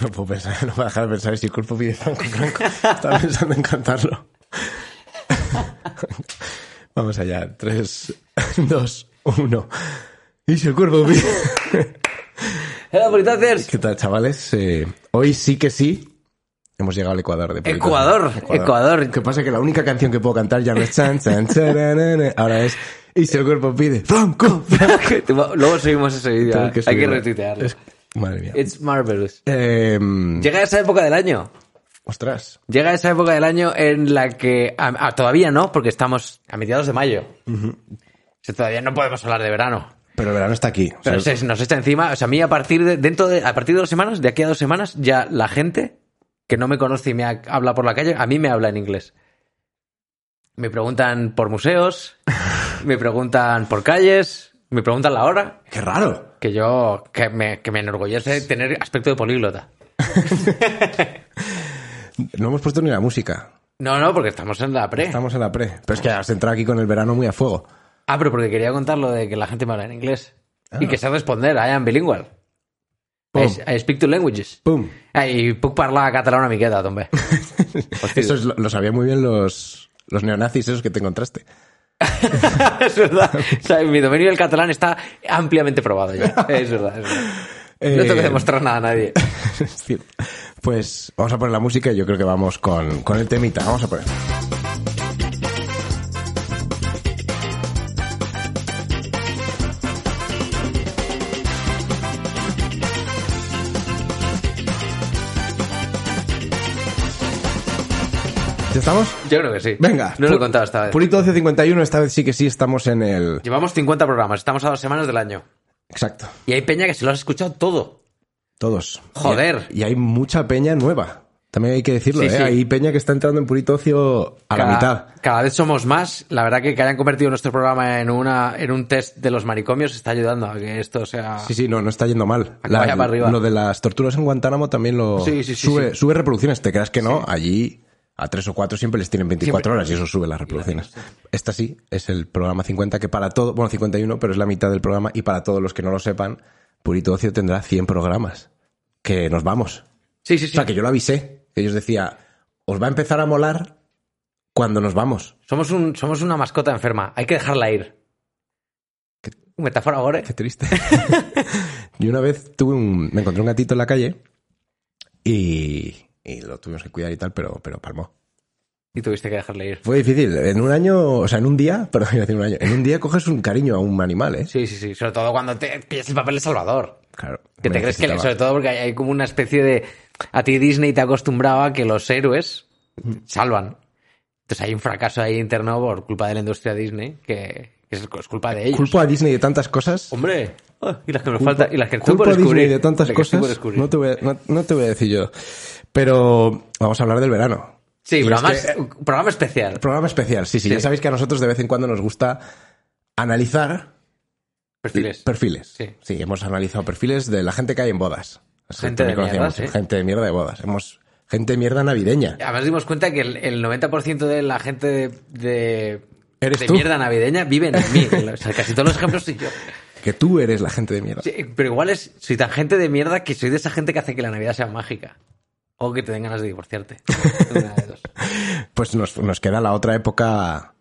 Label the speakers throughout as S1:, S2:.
S1: No puedo pensar, no voy a dejar de pensar. Si el cuerpo pide Franco, Franco está pensando en cantarlo. Vamos allá. Tres, dos, uno. Y si el cuerpo pide...
S2: Hola, Politaters.
S1: ¿Qué tal, chavales? Eh, hoy sí que sí hemos llegado al Ecuador. De Politaters.
S2: Ecuador, Ecuador.
S1: Lo que pasa es que la única canción que puedo cantar ya no es chan, chan, charanana. Ahora es Y si el cuerpo pide Franco.
S2: Luego subimos ese vídeo.
S1: Tengo
S2: Hay que
S1: subirlo.
S2: retuitearlo. Eh,
S1: Es- Madre mía.
S2: It's marvelous.
S1: Em,
S2: Llega esa época del año.
S1: ostras.
S2: Llega esa época del año en la que... ah, ah, todavía no, porque estamos a mediados de mayo. O sea, todavía no podemos hablar de verano.
S1: Pero el verano está aquí. O sea,
S2: Pero se nos echa encima. O sea, a mí a partir de, dentro de, a partir de dos semanas, de aquí a dos semanas, ya la gente que no me conoce y me ha- habla por la calle, a mí me habla en inglés. Me preguntan por museos, me preguntan por calles, me preguntan la hora,
S1: Qué raro.
S2: que yo, que me, que me enorgullece tener aspecto de políglota.
S1: No hemos puesto ni la música.
S2: No, no, porque estamos en la pre.
S1: Estamos en la pre. Pero es que has entrado aquí con el verano muy a fuego.
S2: Ah, pero porque quería contar lo de que la gente me habla en inglés. Y que sé responder, I am bilingual. I,
S1: Ah. Pum.
S2: I speak two languages.
S1: ¡Pum!
S2: Ah, I puc parlar català una miqueta, també. Hòstia.
S1: Eso es lo, lo sabían muy bien los, los neonazis esos que te encontraste.
S2: es verdad. O sea, mi dominio del catalán está ampliamente probado ya. Es verdad, es verdad. No tengo que
S1: Eh,
S2: demostrar nada a nadie.
S1: Es cierto. Pues vamos a poner la música y yo creo que vamos con, con el temita. Vamos a poner. ¿Ya estamos?
S2: Yo creo que sí.
S1: Venga.
S2: No lo he
S1: Pu-
S2: contado esta vez.
S1: Purito 1251, esta vez sí que sí estamos en el...
S2: Llevamos 50 programas, estamos a dos semanas del año.
S1: Exacto.
S2: Y hay peña que se lo has escuchado todo.
S1: Todos.
S2: Joder.
S1: Y, y hay mucha peña nueva. También hay que decirlo,
S2: Sí,
S1: ¿eh?
S2: sí.
S1: Hay peña que está entrando en purito ocio a la mitad.
S2: Cada vez somos más. La verdad que que hayan convertido nuestro programa en, una, en un test de los manicomios está ayudando a que esto sea...
S1: Sí, sí, no, no está yendo mal.
S2: A que vaya para arriba.
S1: Lo de las torturas en Guantánamo también lo
S2: Sí, sí, sí,
S1: sube,
S2: sí.
S1: sube reproducciones. ¿Te creas que no? Allí a tres o cuatro siempre les tienen 24
S2: Siempre.
S1: horas y eso sube las reproducciones. Esta sí es el programa 50 que para todo, bueno, 51, pero es la mitad del programa y para todos los que no lo sepan, Purito Ocio tendrá 100 programas. Que nos vamos.
S2: sí, sí. sí.
S1: O sea, que yo lo avisé. Que yo os decía, os va a empezar a molar cuando nos vamos.
S2: Somos, un, somos una mascota enferma. Hay que dejarla ir. Metáfora ahora.
S1: Qué triste. Yo una vez tuve un. Me encontré un gatito en la calle y, y lo tuvimos que cuidar y tal, pero, pero palmó.
S2: Y tuviste que dejarla ir.
S1: Fue difícil. En un año, o sea, en un día, perdón, iba a decir un año. En un día coges un cariño a un animal, ¿eh?
S2: Sí, sí, sí. Sobre todo cuando te pillas el papel de Salvador.
S1: Claro.
S2: Que te
S1: me
S2: crees que,
S1: necesitaba.
S2: sobre todo porque hay, hay como una especie de. A ti Disney te acostumbraba a que los héroes salvan. Entonces hay un fracaso ahí interno por culpa de la industria Disney, que, que es, es culpa de ellos.
S1: Culpo a Disney de tantas cosas.
S2: Hombre, ah, y las que nos
S1: Culpo-
S2: faltan, y las que estoy
S1: culpo
S2: por
S1: a Disney
S2: descubrir.
S1: de tantas
S2: las que estoy por
S1: cosas.
S2: descubrir.
S1: No te, voy a, no- no te voy a decir yo. Pero vamos a hablar del verano.
S2: Sí,
S1: Y es
S2: programa,
S1: que-
S2: un programa especial.
S1: Programa especial, sí, sí,
S2: Sí.
S1: Ya sabéis que a nosotros de vez en cuando nos gusta analizar
S2: Perfiles.
S1: Perfiles.
S2: Sí.
S1: hemos analizado perfiles de la gente que hay en bodas. Así
S2: Gente de
S1: también
S2: mierda,
S1: conocíamos,
S2: sí.
S1: Gente de mierda de bodas. Hemos gente de mierda navideña.
S2: Además dimos cuenta que el, el 90% de la gente de, de,
S1: Eres
S2: de
S1: tú.
S2: mierda navideña viven en mí. O sea, casi todos los ejemplos soy yo.
S1: Que tú eres la gente de mierda.
S2: Sí, pero igual es, soy tan gente de mierda que soy de esa gente que hace que la Navidad sea mágica. O que te den ganas de divorciarte. Una de dos.
S1: Pues nos, nos queda la otra época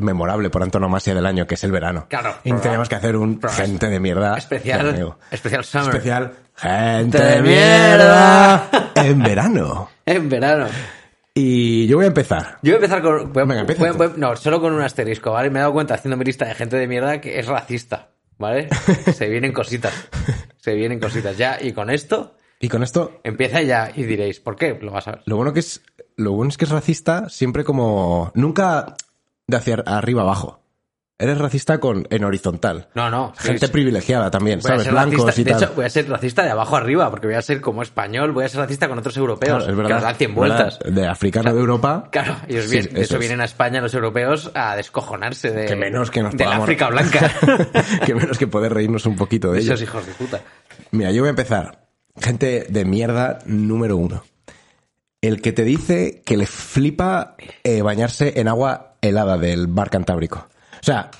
S1: memorable por antonomasia del año, que es el verano.
S2: Claro.
S1: Y tenemos que hacer un
S2: Programa.
S1: gente de mierda. de
S2: Ah, Especial,
S1: amigo.
S2: especial summer.
S1: Especial. Gente
S2: De
S1: de mierda. En verano.
S2: En verano.
S1: Y yo voy a empezar.
S2: Yo voy a empezar con. voy a-
S1: Venga, empieza
S2: voy a-
S1: tú.
S2: voy a- no, solo con un asterisco, ¿vale? Me he dado cuenta haciendo mi lista de gente de mierda que es racista, ¿vale? Se vienen cositas. Se vienen cositas ya. Y con esto
S1: Y con esto
S2: empieza ya y diréis, ¿por qué? Lo vas a ver.
S1: Lo bueno que es, lo bueno es que es racista siempre como nunca de hacia arriba abajo. Eres racista con en horizontal.
S2: No, no. sí,
S1: Gente
S2: sí.
S1: privilegiada también,
S2: Voy a
S1: ¿sabes?
S2: ser
S1: Blancos
S2: racista.
S1: y
S2: de
S1: tal.
S2: hecho, voy a ser racista de abajo arriba, porque voy a ser como español, voy a ser racista con otros
S1: Claro,
S2: europeos.
S1: es
S2: Que
S1: verdad.
S2: nos dan 100
S1: ¿verdad?
S2: vueltas.
S1: De africano de Europa.
S2: Claro, ellos
S1: Sí,
S2: vienen, de
S1: eso
S2: eso
S1: es.
S2: vienen a España los europeos a descojonarse de,
S1: Que menos que nos
S2: de la
S1: podamos-
S2: África blanca.
S1: que menos que poder reírnos un poquito de
S2: Esos
S1: ellos.
S2: hijos de puta.
S1: Mira, yo voy a empezar. Gente de mierda número uno. El que te dice que le flipa eh, bañarse en agua helada del mar Cantábrico. O sea,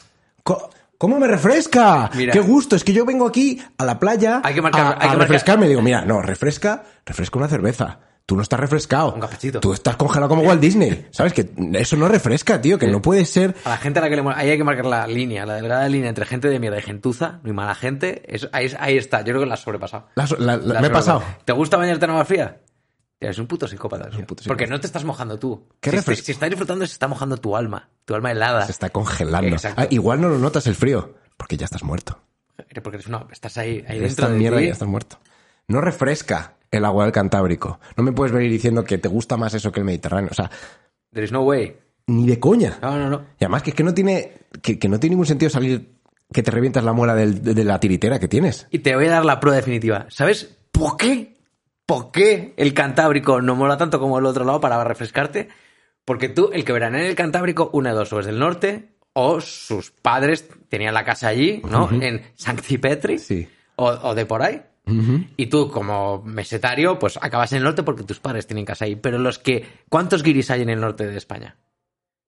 S1: co- ¿Cómo me refresca?
S2: Mira.
S1: ¡Qué gusto! Es que yo vengo aquí a la playa
S2: Hay que marcar-
S1: a,
S2: hay que
S1: a
S2: marcar.
S1: refrescarme. Digo, mira, no, refresca, refresca una cerveza. Tú no estás refrescado.
S2: Un gazpachito.
S1: Tú estás congelado como Walt Disney. ¿Sabes? Que eso no refresca, tío, que no puede ser.
S2: A la gente a la que le mola- ahí hay que marcar la línea, la delgada línea entre gente de mierda y gentuza, muy mala gente, eso- ahí, ahí está, yo creo que la has sobrepasado.
S1: La- la- la-
S2: La
S1: me he
S2: sobrepasado.
S1: pasado.
S2: ¿Te gusta bañarte en agua fría? Tío, eres un puto psicópata. tío.
S1: puto
S2: Porque
S1: psicópata.
S2: no te estás mojando tú.
S1: Qué
S2: si,
S1: refresco.
S2: si estás disfrutando, se está mojando tu alma, tu alma helada.
S1: Se está congelando.
S2: Exacto.
S1: Ah, igual no lo notas el frío, porque ya estás muerto.
S2: Porque eres una- estás ahí, ahí
S1: Esta
S2: dentro de
S1: mierda
S2: ti.
S1: ya estás muerto. No refresca el agua del Cantábrico. No me puedes venir diciendo que te gusta más eso que el Mediterráneo. O sea,
S2: There is no way.
S1: ni de coña.
S2: No, no, no.
S1: Y además que es que no tiene, que, que no tiene ningún sentido salir que te revientas la muela del- de, de la tiritera que tienes.
S2: Y te voy a dar la prueba definitiva. ¿Sabes por qué? ¿Por qué el Cantábrico no mola tanto como el otro lado para refrescarte? Porque tú, el que veranea en el Cantábrico, una de dos, o es del norte, o sus padres tenían la casa allí, ¿no? En Sancti Petri,
S1: Sí.
S2: o, o de por ahí. Y tú, como mesetario, pues acabas en el norte porque tus padres tienen casa ahí. Pero los que... ¿Cuántos guiris hay en el norte de España?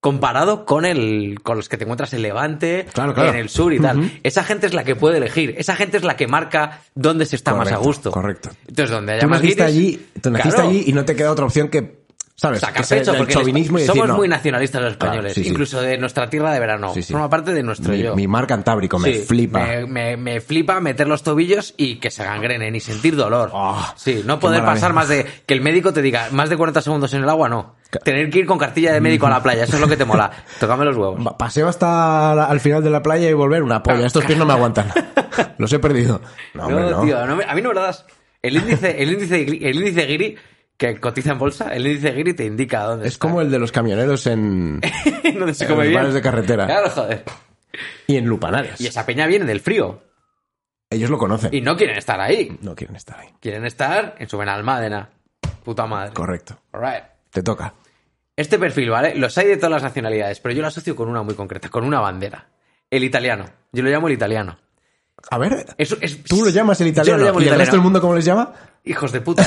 S2: comparado con el con los que te encuentras en Levante,
S1: Claro, claro.
S2: en el sur y tal. Esa gente es la que puede elegir, esa gente es la que marca dónde se está más a
S1: Correcto,
S2: gusto.
S1: correcto.
S2: Entonces, donde haya
S1: Tú
S2: más
S1: naciste
S2: guiris,
S1: allí, tú naciste
S2: claro,
S1: allí y no te queda otra opción que, ¿sabes?
S2: sacar
S1: que ser
S2: pecho,
S1: del
S2: porque
S1: chauvinismo y
S2: somos
S1: decir, no,
S2: muy nacionalistas los
S1: Claro,
S2: españoles,
S1: sí, sí.
S2: incluso de nuestra tierra de verano,
S1: Sí, sí.
S2: forma parte de nuestro
S1: mi,
S2: yo.
S1: mi mar Cantábrico me
S2: Sí,
S1: flipa.
S2: Me, me- me flipa meter los tobillos y que se gangrenen y sentir dolor.
S1: Ah,
S2: sí, no
S1: qué
S2: poder pasar
S1: maravilla.
S2: más de que el médico te diga más de 40 segundos en el agua, no.
S1: Claro.
S2: Tener que ir con cartilla de médico a la playa, eso es lo que te mola. Tócame los huevos.
S1: Va- Paseo hasta la- al final de la playa y volver una polla. Estos pies no me aguantan. Los he perdido. No,
S2: Ah. No,
S1: hombre, no.
S2: tío, no me- a mí no me lo das. El índice, el índice, gri- el índice Giri que cotiza en bolsa, el índice Giri te indica dónde
S1: Es como el de los camioneros en,
S2: dónde se
S1: en
S2: come
S1: los
S2: bien.
S1: bares de carretera
S2: Claro, joder.
S1: y en Lupanares.
S2: Y esa peña viene del frío
S1: Ellos lo conocen.
S2: y no quieren estar ahí.
S1: No quieren estar ahí.
S2: Quieren estar en su Benalmádena. Puta madre.
S1: Correcto.
S2: All right.
S1: Te toca.
S2: Este perfil, ¿vale? Los hay de todas las nacionalidades, pero yo lo asocio con una muy concreta, con una bandera. El italiano. Yo lo llamo el italiano.
S1: A ver,
S2: Es- es-
S1: tú lo llamas el
S2: Eh, Yo lo
S1: italiano.
S2: llamo
S1: ¿Y
S2: el
S1: el resto
S2: italiano.
S1: del mundo cómo les llama?
S2: Hijos de puta.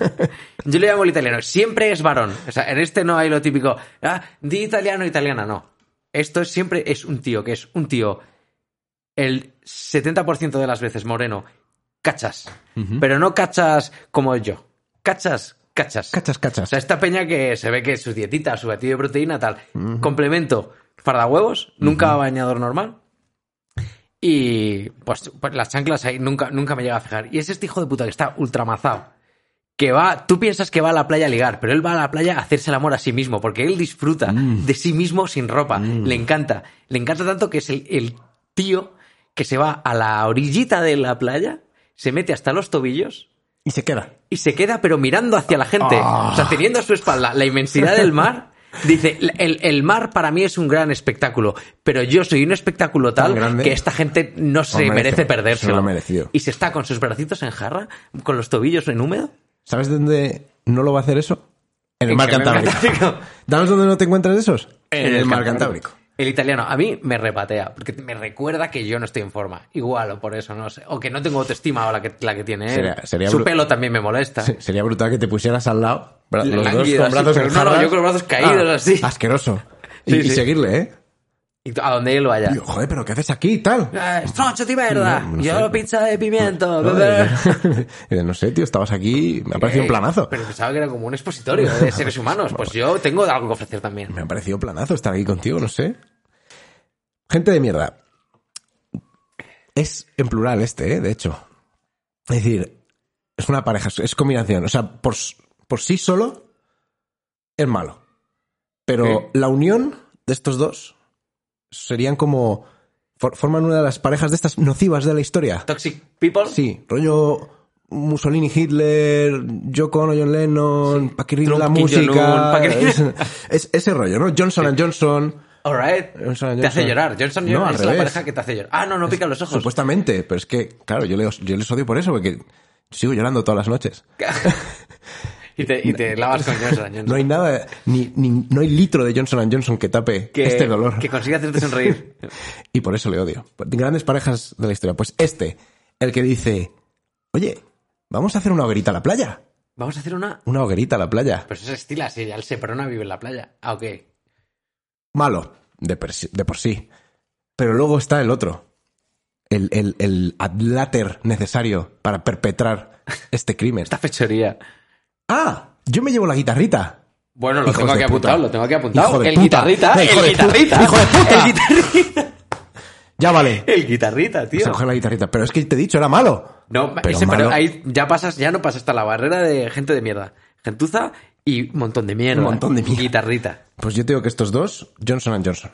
S2: Yo le llamo el italiano. Siempre es varón. O sea, en este no hay lo típico. Ah, di italiano, italiana. No. Esto es- siempre es un tío, que es un tío el 70% de las veces moreno. Cachas. Pero no cachas como yo. Cachas, cachas.
S1: Cachas,
S2: O
S1: cachas.
S2: sea, esta peña que se ve que sus dietitas, su batido de proteína, tal. Complemento, fardahuevos, nunca bañador normal. Y pues, pues las chanclas ahí nunca, nunca me llega a fijar. Y es este hijo de puta que está ultramazado. Que va, tú piensas que va a la playa a ligar, pero él va a la playa a hacerse el amor a sí mismo, porque él disfruta de sí mismo sin ropa. Le encanta. Le encanta tanto que es el, el tío que se va a la orillita de la playa, se mete hasta los tobillos
S1: Y se queda.
S2: y se queda pero mirando hacia la gente,
S1: Ah.
S2: o sea, teniendo a su espalda la inmensidad del mar. Dice, el, el mar para mí es un gran espectáculo, pero yo soy un espectáculo
S1: Tan
S2: tal
S1: grande.
S2: que esta gente no se
S1: merece,
S2: merece,
S1: se
S2: perderse.
S1: lo ha merecido.
S2: Y se está con sus bracitos en jarra, con los tobillos en húmedo.
S1: ¿Sabes dónde no lo va a hacer eso? En el
S2: En
S1: mar
S2: el mar
S1: Cantábrico.
S2: Cantábrico.
S1: ¿Danos dónde no te encuentras esos? En el mar
S2: Cantábrico.
S1: Cantábrico.
S2: El italiano a mí me repatea, porque me recuerda que yo no estoy en forma. Igual, o por eso, no sé. O que no tengo autoestima o la que, la que tiene él.
S1: Sería- sería
S2: Su
S1: bru-
S2: pelo también me molesta.
S1: Sí, Sería brutal que te pusieras al lado, bra- los dos
S2: Lánguido,
S1: con
S2: así,
S1: brazos
S2: pero
S1: en
S2: no, no,
S1: jarras.
S2: yo con los brazos caídos, así.
S1: Asqueroso. Y,
S2: Sí,
S1: y
S2: sí.
S1: seguirle, ¿eh?
S2: Y a donde él vaya.
S1: Tío, joder, pero ¿qué haces aquí y tal?
S2: Eh, Troncho de verdad.
S1: No, no
S2: yo
S1: sé.
S2: lo pizza de pimiento.
S1: No,
S2: bebé.
S1: dices, dices, no sé, tío, estabas aquí, me ha parecido un
S2: Eh,
S1: planazo.
S2: Pero pensaba que era como un expositorio de seres humanos. Pues yo tengo algo que ofrecer también.
S1: Me ha parecido un planazo estar aquí contigo, no sé. Gente de mierda. Es en plural este, ¿eh? de hecho. Es decir, es una pareja, es combinación. O sea, por, s- por sí solo es malo. Pero la unión de estos dos serían como... for- forman una de las parejas de estas nocivas de la historia.
S2: Toxic people.
S1: Sí, rollo Mussolini, Hitler, Yoko Ono, John Lennon, Paquirri
S2: Trump,
S1: la
S2: Kim Jong-un,
S1: música,
S2: Paquirri.
S1: es, es- ese rollo, ¿no? Johnson and Johnson,
S2: Alright.
S1: Johnson and
S2: Te hace
S1: Johnson.
S2: llorar. Johnson
S1: No, al
S2: es la
S1: revés.
S2: pareja que te hace llorar. Ah, no, no pica los ojos.
S1: supuestamente, pero es que, claro, yo les, yo les odio por eso, porque sigo llorando todas las noches.
S2: y, te, y te lavas con Johnson. Johnson.
S1: No hay nada, ni, ni- no hay litro de Johnson and Johnson que tape
S2: que,
S1: este dolor.
S2: Que consigue hacerte sonreír.
S1: Y por eso le odio. Grandes parejas de la historia. Pues este, el que dice, oye, vamos a hacer una hoguerita a la playa.
S2: Vamos a hacer una.
S1: Una hoguerita a la playa.
S2: Pero eso se estila, sí. Ya el Seprona vive en la playa. Ah, ok.
S1: malo de, per- de por sí. Pero luego está el otro. El, el, el adláter necesario para perpetrar este crimen.
S2: Esta fechoría.
S1: ¡Ah! Yo me llevo la guitarrita.
S2: Bueno, lo
S1: Hijos
S2: tengo
S1: de
S2: aquí
S1: puta.
S2: apuntado, lo tengo aquí apuntado.
S1: Hijo de
S2: el
S1: puta.
S2: guitarrita,
S1: Eh, hijo
S2: el
S1: de puta,
S2: guitarrita,
S1: hijo de puta.
S2: el guitarrita,
S1: Ya vale.
S2: el guitarrita, Eh, tío.
S1: Se coge la guitarrita. Pero es que te he dicho, era malo.
S2: No,
S1: Pero
S2: ese- pero
S1: malo.
S2: ahí ya pasas, ya no pasas hasta la barrera de gente de mierda. Gentuza y montón de mierda.
S1: Un montón de mierda.
S2: Guitarrita.
S1: Pues yo te digo que estos dos, Johnson and Johnson.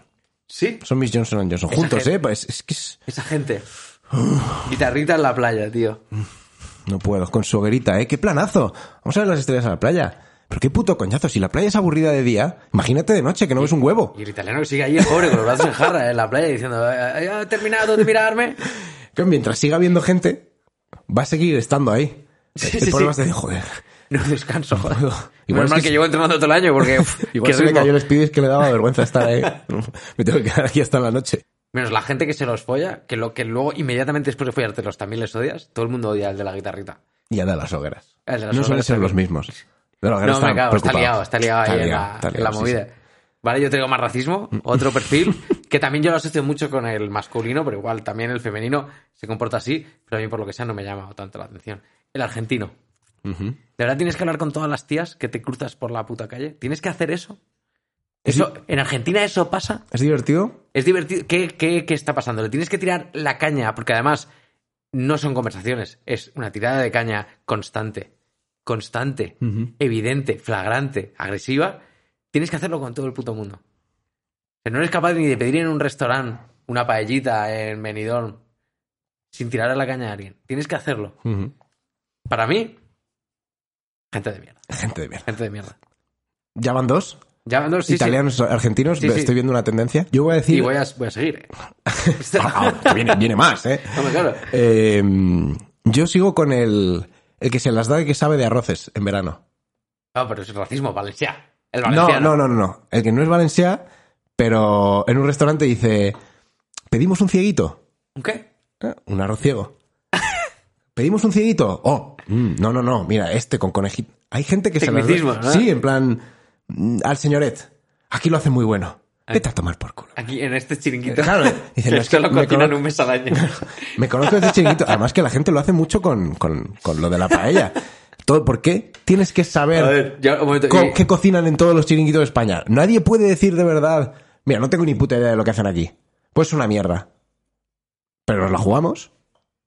S2: Sí,
S1: Son mis Johnson and Johnson.
S2: Esa
S1: Juntos,
S2: gente.
S1: ¿eh? Pues es que es-
S2: esa gente. Guitarrita en la playa, tío.
S1: no puedo. Con su hoguerita, ¿eh? ¡Qué planazo! Vamos a ver las estrellas a la playa. Pero qué puto coñazo. Si la playa es aburrida de día, imagínate de noche que no ves un huevo.
S2: Y el italiano que sigue ahí, el pobre, con los brazos en jarra en la playa diciendo, "Eh, ya he terminado de mirarme.
S1: Que mientras siga habiendo gente, va a seguir estando ahí.
S2: Sí,
S1: el
S2: sí,
S1: problema
S2: sí.
S1: es de, joder,
S2: No descanso, joder.
S1: Igual
S2: Igual
S1: es
S2: mal
S1: que-
S2: que, llevo entrenando todo el año porque... uf,
S1: Igual
S2: qué
S1: se le
S2: ritmo.
S1: cayó el speed y es que le daba vergüenza estar ahí. Me tengo que quedar aquí hasta la noche.
S2: Menos la gente que se los folla, que lo que luego inmediatamente después de follártelos también les odias, todo el mundo odia al de la guitarrita.
S1: Y anda a las hogueras.
S2: El de las
S1: no suelen
S2: hogueras
S1: ser los
S2: también.
S1: mismos. De las hogueras
S2: No, me
S1: están
S2: cago, está
S1: preocupados.
S2: liado, está liado ahí
S1: Está
S2: en
S1: liado,
S2: la,
S1: está
S2: en
S1: liado,
S2: la
S1: sí,
S2: movida.
S1: sí.
S2: Vale, yo traigo más racismo, otro perfil, que también yo lo asocio mucho con el masculino, pero igual también el femenino se comporta así, pero a mí por lo que sea no me llama tanto la atención. El argentino.
S1: Ujú.
S2: ¿De verdad tienes que hablar con todas las tías que te cruzas por la puta calle? ¿Tienes que hacer eso? Eso, en Argentina eso pasa.
S1: ¿Es divertido?
S2: Es divertido. ¿Qué, qué, qué está pasando? Le tienes que tirar la caña, porque además no son conversaciones, es una tirada de caña constante. Constante evidente, flagrante, agresiva, tienes que hacerlo con todo el puto mundo. O sea, no eres capaz ni de pedir en un restaurante una paellita en Benidorm sin tirar a la caña a alguien. Tienes que hacerlo.
S1: Ujú.
S2: Para mí, gente de mierda.
S1: Gente de mierda.
S2: Gente de mierda.
S1: ¿Ya van dos?
S2: Ya, no, sí, sí.
S1: Italianos, argentinos,
S2: Sí, sí.
S1: estoy viendo una tendencia. Yo voy a
S2: Y
S1: decir...
S2: voy a, voy a seguir. ¿eh?
S1: Ah, que viene, viene más, ¿eh?
S2: Hombre, claro.
S1: Eh, Yo sigo con el, el que se las da y que sabe de arroces en verano.
S2: No, pero es racismo, Valencia. El
S1: No,
S2: valenciano.
S1: no, no, no, no. El que no es valenciá, pero en un restaurante dice, pedimos un cieguito.
S2: ¿Qué?
S1: Ah, Un arroz ciego. ¿Pedimos un cieguito? Oh, mm, no, no, no, mira, este con conejito. Hay gente que
S2: Tecnicismo,
S1: se las...
S2: ¿no?
S1: Sí, en plan, mm, al señoret, aquí lo hace muy bueno. Vete a tomar por culo. Eh,
S2: Aquí, en este chiringuito.
S1: Claro, dicen,
S2: que
S1: "No, es que
S2: solo
S1: me
S2: cocinan
S1: cono-
S2: un mes al año.
S1: Me conozco desde chiquito. Además que la gente lo hace mucho con, con- con lo de la paella. Todo, ¿Por qué? Tienes que
S2: A
S1: saber
S2: ver, ya, un momento.
S1: co-
S2: Y-
S1: qué cocinan en todos los chiringuitos de España. Nadie puede decir de verdad, mira, no tengo ni puta idea de lo que hacen aquí. Pues una mierda. Pero nos la jugamos.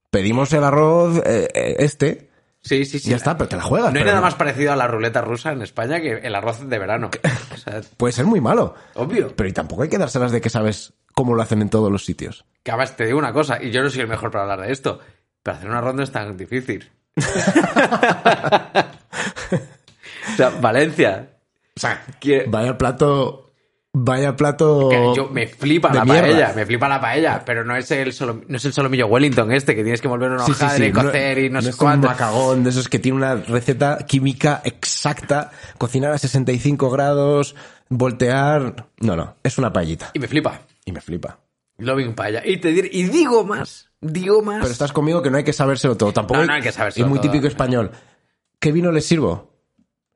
S1: Pedimos el arroz eh, eh, este.
S2: Sí, sí, sí.
S1: Ya está, pero te la juegas.
S2: No hay
S1: pero
S2: nada más parecido a la ruleta rusa en España que el arroz de verano. O sea,
S1: Puede ser muy malo.
S2: obvio.
S1: Pero y tampoco hay que dárselas de que sabes cómo lo hacen en todos los sitios.
S2: Que además te digo una cosa, y yo no soy el mejor para hablar de esto, pero hacer una ronda es tan difícil. o sea, Valencia.
S1: O sea,
S2: que-
S1: vaya plato. Vaya plato.
S2: Eh. que yo me flipa
S1: de
S2: la
S1: mierda.
S2: paella, me flipa la paella, pero no es el solo, no es el solomillo Wellington este que tienes que volver una
S1: Sí, sí,
S2: hojadre
S1: sí.
S2: y cocer y no, sé
S1: es como un
S2: cuánto.
S1: macagón de esos que tiene una receta química exacta, cocinar a 65 grados, voltear... No, no, es una paellita.
S2: Y me flipa.
S1: Y me flipa.
S2: Loving paella. Y te dir- y digo más, digo más.
S1: Pero estás conmigo que no hay que sabérselo todo. Tampoco
S2: No, no hay que sabérselo
S1: Es muy
S2: todo.
S1: típico español. ¿Qué vino les sirvo?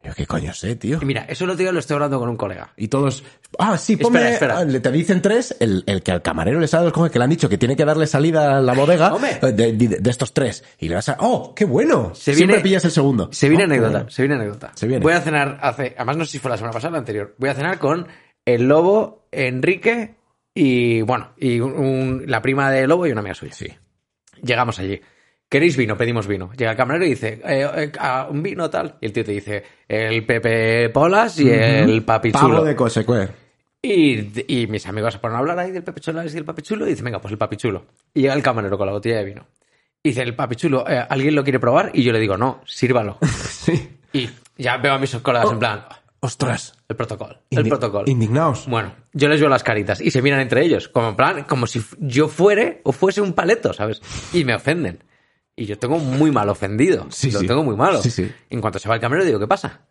S1: Yo, ¿qué coño sé, tío?
S2: Y mira, eso lo digo, lo estoy hablando con un colega.
S1: Y todos... Ah, sí, ponme...
S2: Espera, espera.
S1: Ah, le- te dicen tres, el, el que al camarero les ha dado coge, que le han dicho que tiene que darle salida a la bodega
S2: Hombre.
S1: eh, de, de- de estos tres. Y le vas a... ¡Oh, qué bueno!
S2: Se
S1: Siempre
S2: viene-
S1: pillas el segundo.
S2: Se viene
S1: Oh, qué
S2: anécdota,
S1: bueno.
S2: se viene anécdota.
S1: Se viene.
S2: Voy a cenar hace, además no sé si fue la semana pasada o la anterior. Voy a cenar con el lobo, Enrique y bueno, y un- un- la prima de lobo y una amiga suya.
S1: Sí.
S2: Llegamos allí. ¿Queréis vino? Pedimos vino. Llega el camarero y dice, eh, eh, a un vino tal. Y el tío te dice, el Pepe Polas y el Papi
S1: Pablo
S2: Chulo.
S1: de Cosecuer.
S2: Y, y mis amigos se ponen a hablar ahí del Pepe Cholas y del Papi Chulo. Y dicen, venga, pues el Papi Chulo. Y llega el camarero con la botella de vino. Y dice, el Papi Chulo, eh, ¿alguien lo quiere probar? Y yo le digo, no, sírvalo.
S1: Sí.
S2: Y ya veo a mis colegas
S1: Oh.
S2: en plan,
S1: Ostras.
S2: el protocolo, el
S1: Indi-
S2: protocolo.
S1: Indignaos.
S2: Bueno, yo les veo las caritas y se miran entre ellos, como en plan, como si fu- yo fuere o fuese un paleto, ¿sabes? Y me ofenden. Y yo tengo muy mal ofendido.
S1: Sí,
S2: lo
S1: sí.
S2: tengo muy malo.
S1: Sí, sí.
S2: En cuanto se va el camarero, digo, ¿qué pasa?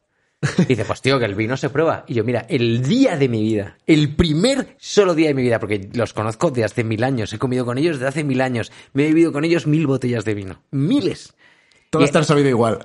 S2: Y dice, pues tío, que el vino se prueba. Y yo, mira, el día de mi vida, el primer solo día de mi vida, porque los conozco de hace mil años, he comido con ellos de hace mil años, me he bebido con ellos mil botellas de vino. Miles.
S1: Todos
S2: Y-
S1: te han sabido igual.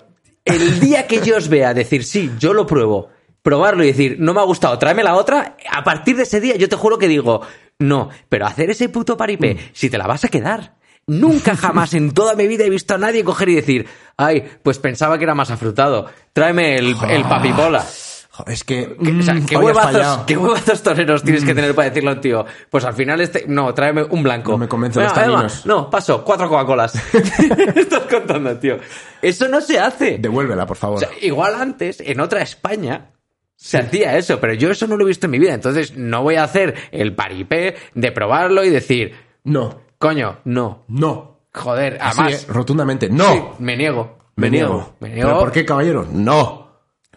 S2: El día que yo os vea decir, sí, yo lo pruebo, probarlo y decir, no me ha gustado, tráeme la otra, a partir de ese día yo te juro que digo, No, pero hacer ese puto paripé,
S1: Mm.
S2: si te la vas a quedar. Nunca jamás en toda mi vida he visto a nadie coger y decir, ay, pues pensaba que era más afrutado. Tráeme el, el papibola.
S1: Joder, es que.
S2: Que- o sea,
S1: Ah. mm,
S2: ¿qué,
S1: hoy has
S2: huevazos,
S1: fallado. Mm.
S2: qué huevazos toreros tienes que tener para decirle a un tío? Pues al final este... No, tráeme un blanco.
S1: No me convencen los
S2: Emma,
S1: taninos.
S2: No, paso, cuatro Coca-Colas. Estás contando, tío. Eso no se hace.
S1: Devuélvela, por favor.
S2: O sea, igual antes, en otra España, se hacía eso, pero yo eso no lo he visto en mi vida. Entonces no voy a hacer el paripé de probarlo y decir,
S1: no,
S2: coño, no.
S1: no.
S2: Joder,
S1: Así,
S2: además...
S1: eh, rotundamente. No.
S2: sí, me niego.
S1: me niego.
S2: Me niego.
S1: ¿Pero por qué, caballero? No.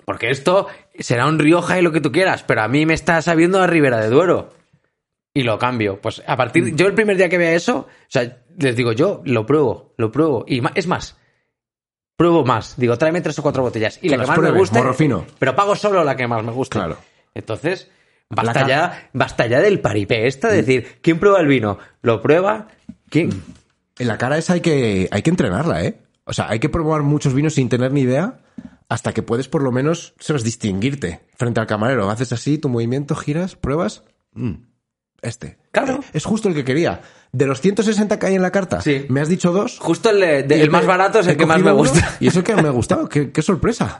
S2: Porque esto será un Rioja y lo que tú quieras, pero a mí me está sabiendo a Ribera de Duero. Y lo cambio. Pues a
S1: Mm.
S2: partir. Yo el primer día que vea eso, o sea, les digo, yo lo pruebo, lo pruebo. Y ma- es más, pruebo más. Digo, tráeme tres o cuatro botellas. Y
S1: Que
S2: la que
S1: las
S2: más me
S1: pruebes,
S2: guste.
S1: morro fino.
S2: Pero pago solo la que más me guste.
S1: Claro.
S2: Entonces,
S1: La Mm.
S2: basta
S1: ca-
S2: ya, basta ya del paripé esto de decir, ¿quién prueba el vino? ¿Lo prueba?
S1: Mm.
S2: ¿Quién?
S1: En la cara esa hay que, hay que entrenarla, ¿eh? O sea, hay que probar muchos vinos sin tener ni idea hasta que puedes por lo menos sabes, distinguirte frente al camarero. Haces así tu movimiento, giras, pruebas. Mm, este.
S2: Claro.
S1: Eh, Es justo el que quería. De los 160 que hay en la carta,
S2: Sí.
S1: me has dicho dos.
S2: Justo el, de- de-
S1: Y
S2: el más
S1: he-
S2: barato es
S1: he
S2: el que más me
S1: cogido uno,
S2: gusta.
S1: Y eso que me ha gustado. qué, qué sorpresa.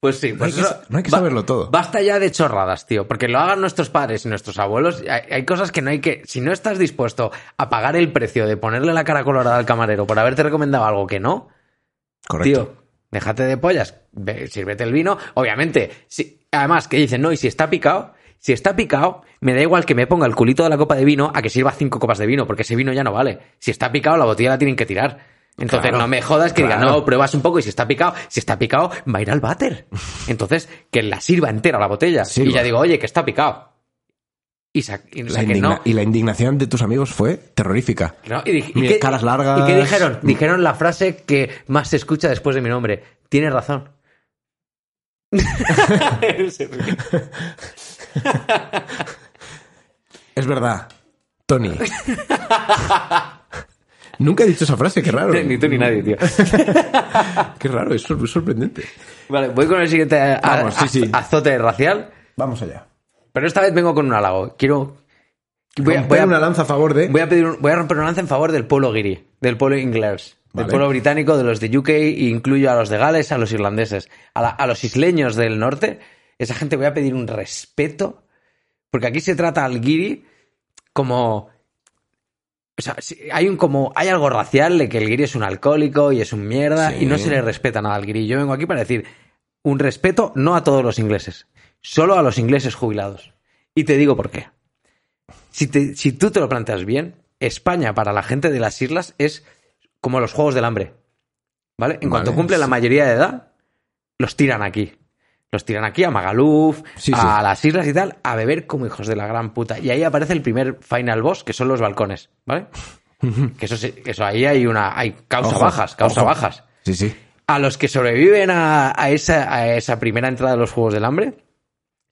S2: Pues sí, pues
S1: hay que-
S2: eso-
S1: no hay que saberlo todo.
S2: Basta ya de chorradas, tío, porque lo hagan nuestros padres y nuestros abuelos. Hay, hay cosas que no hay que. Si no estás dispuesto a pagar el precio de ponerle la cara colorada al camarero por haberte recomendado algo que no,
S1: Correcto.
S2: tío, déjate de pollas, ve, sírvete el vino. Obviamente, si, además que dicen, no, y si está picado, si está picado, me da igual que me ponga el culito de la copa de vino a que sirva cinco copas de vino, porque ese vino ya no vale. Si está picado, la botella la tienen que tirar. Entonces
S1: Claro,
S2: no me jodas que diga,
S1: claro.
S2: no, pruebas un poco y si está picado, si está picado, va a ir al váter. Entonces, que la sirva entera la botella.
S1: Sirva.
S2: Y ya digo, oye, que está picado. Y, sa- y
S1: La
S2: la que
S1: indigna-
S2: no.
S1: Y la indignación de tus amigos fue terrorífica.
S2: ¿no? Y, dij- y
S1: Mis caras largas.
S2: ¿Y qué dijeron? Dijeron la frase que más se escucha después de mi nombre. Tienes razón. Se ríe.
S1: Es verdad. Tony. Nunca he dicho esa frase, qué raro.
S2: ni tú ni nadie, tío.
S1: Qué raro, es sor- sorprendente.
S2: Vale, voy con el siguiente a-
S1: Vamos, sí,
S2: a-
S1: sí.
S2: azote racial,
S1: Vamos allá.
S2: pero esta vez vengo con un halago. Quiero. Voy
S1: Voy
S2: a,
S1: a,
S2: voy a-
S1: una lanza a favor de.
S2: voy a pedir un- voy a romper una lanza en favor del pueblo guiri, del pueblo inglés, del
S1: Vale.
S2: pueblo británico, de los de UK, e incluyo a los de Gales, a los irlandeses, a, la- a los isleños del norte. Esa gente voy a pedir un respeto, porque aquí se trata al guiri como... O sea, si- hay, un como, hay algo racial de que el guiri es un alcohólico y es un mierda
S1: Sí.
S2: y no se le respeta nada al guiri. Yo vengo aquí para decir un respeto no a todos los ingleses, solo a los ingleses jubilados. Y te digo por qué si, te- si tú te lo planteas bien, España para la gente de las islas es como los juegos del hambre. ¿Vale? En cuanto
S1: Vale,
S2: cumple la
S1: sí.
S2: mayoría de edad, los tiran aquí. Los tiran aquí a Magaluf,
S1: Sí,
S2: a
S1: sí.
S2: las islas y tal, a beber como hijos de la gran puta. Y ahí aparece el primer final boss, que son los balcones, ¿vale? que eso, se- eso ahí hay una. hay causa
S1: Ojo,
S2: bajas, causa
S1: ojo.
S2: bajas
S1: Sí, sí.
S2: a los que sobreviven a, a esa, a esa primera entrada de los Juegos del Hambre,